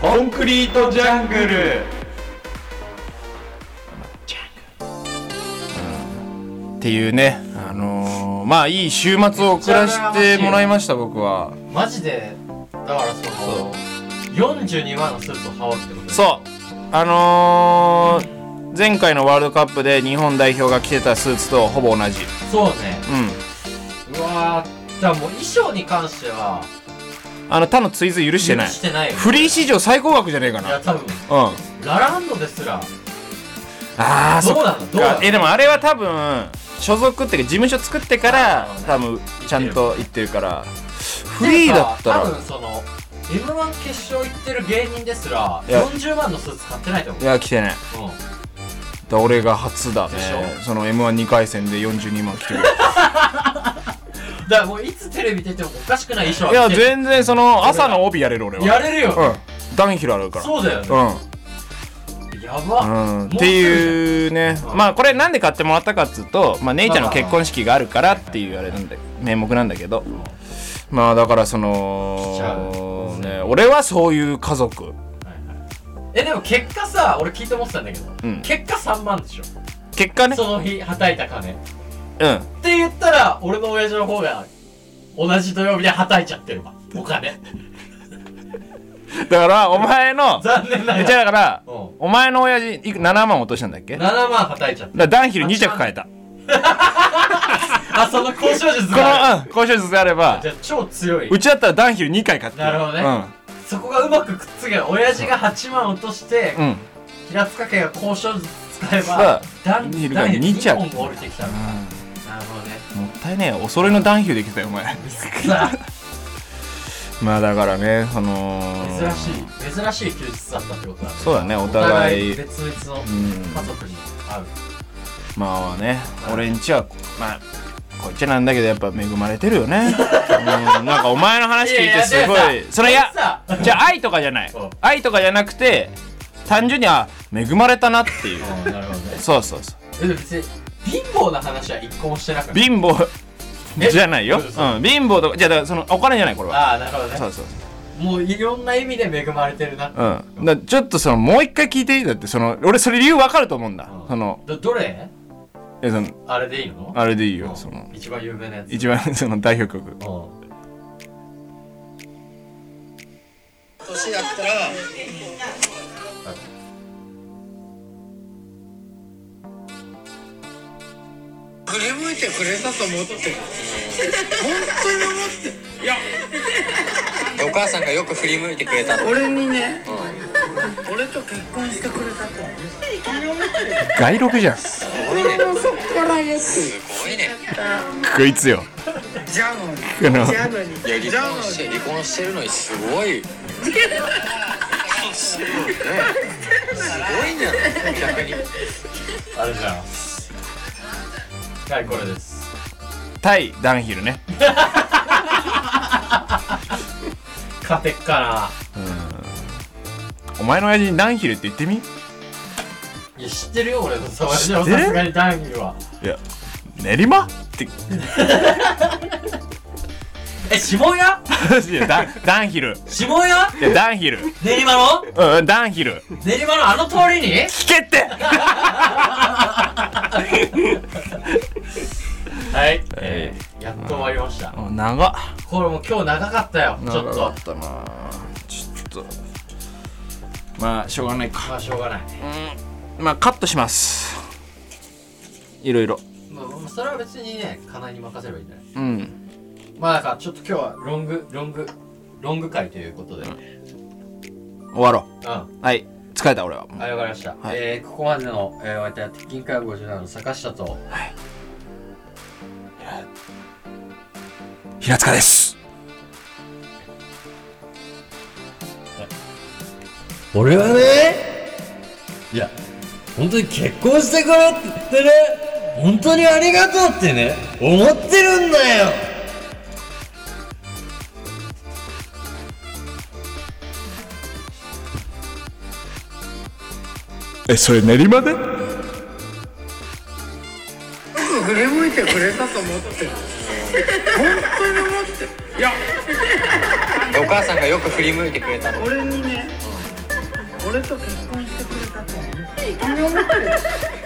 コンクリートジャングル
っていうねあのーまあいい週末を暮らしてもらいました僕は
マジでだからその42万のスーツを羽織ってこと
そうあのー前回のワールドカップで日本代表が着てたスーツとほぼ同じ
そうね
うん
うわーだからもう衣装に関しては
あの他の追随許してない
してないよ
フリー史上最高額じゃねえか
い
なう
や
ん
多分
あ
ラランドですら
あそ
どう
っ
なのどうな
か
の
えでもあれは多分所属っていうか事務所作ってから
あー
多分ちゃんと行ってるからフリーだった
多
ら
分その m 1決勝行ってる芸人ですら
いや
40万のスーツ買ってないと思
いや着てない
うん
だ俺が初だね
でしょ
その m 1 2回戦で42万着てる
だからもういつテレビ出てもおかしくない衣
い
装は
や
着てる
全然その朝の帯やれる俺は
やれるよ、
うん段広あるから
そうだよね、
うん
やば、
うん、っ
もう
ていうね
うん
まあこれなんで買ってもらったかっつうと、まあ、姉ちゃんの結婚式があるからっていうあれなんで名目なんだけどまあだからそ
来ちゃ
の
う、
ね、俺はそういう家族
えでも結果さ俺聞いて思ってたんだけど、
うん
結果3万でしょ
結果ね
その日はたいた金っ
うん
て言ったら俺の親父の方が同じ土曜日ではたいちゃってるわお金 *laughs*
だからお前のじゃ
残念な
あ
がら
だから
うん
お前の親父いく7万落としたんだっけ
7
だか
万はたいちゃって
ら段広2着変えたこ
あその交渉術
の
がある
うん交渉術あれば
じゃあ超強いう
ちだったら段広2回買って
なるほどねそこがうまくくっつけば親父が8万落として、
うん、うん、
平塚家が交渉術使え
さあ
ば段
ニールが
段に
二着
2本降りてきたのかなるほどね
もったいねえよお揃いの段広できたよお前
さあ
*laughs* まあだからねその
珍しい珍しい休日だったってことだね
そうだねお互い
お別々の
うん
家族に会う、
まあね俺んちはまあこっちなんだけどやっぱ恵まれてるよ
*laughs*
ね、うん、なんかお前の話聞いてすごいそれいや
さ
じゃあ愛とかじゃない
うん
愛とかじゃなくて単純にあ恵まれたなっていう
うんなるほどね
そうそうそ
えでも別に貧乏な話は一個もしてなかっ
う
た
貧乏
え
じゃないよ、う
そうそ
ん、貧乏とかじゃあだからそのお金じゃないこれは
ああなるほどね
そうそう
もういろんな意味で恵まれてるな、
そううんだからちょっとそのもう一回聞いていいだってその俺それ理由わかると思うんだ、
うん
その
どどれ
えその
あれでいいの
あれでいい
うん
よその
一番有名なやつ
一番 *laughs* その代表曲
うん
年だったら振り向いてくれたと思って本当に思っていやお母さんがよく振り向いてくれた俺にね、俺と結婚してくれたと
外録じゃん
俺もそっからやすごいね
こいつよ
じゃあの
この
いや離婚して離婚してるのにすごい。すごいね。すごいんじゃない？逆に。
あれじゃんはいこれです
対ダンヒルね
勝てっか
お前の親父にダンヒルって言ってみ
ないや知ってるよ俺のそれ
知
で
っ
も
てる
さすがにダンギルはい
や練馬って
え下屋
いやダンダンヒル
下屋
いやダンヒル
練馬の
うんダンヒル
練馬のあの通りに
聞けって
はい、えー、やっと終わりました、
長っ
これもう今日長かったよちょっと
たなちょっとまあしょうがないか
まあしょうがない
まあカットしますいろいろ
まあまあそれは別にねかなに任せればいいんじゃない
うん
まあだからちょっと今日はロングロングロング回ということでうん、
終わろ
あ
うはい疲れた俺は
分かりました、
はい
えー、ここまでの、えー、お相手は鉄筋会57の坂下と
平塚です
俺はねいや本当に結婚してくれって言ってね本当にありがとうってね思ってるんだよ
えそれ練馬で
振り向いてくれたと思って本当に思っていや
でお母さんがよく振り向いてくれたの
俺にね、俺と結婚してくれたと思う。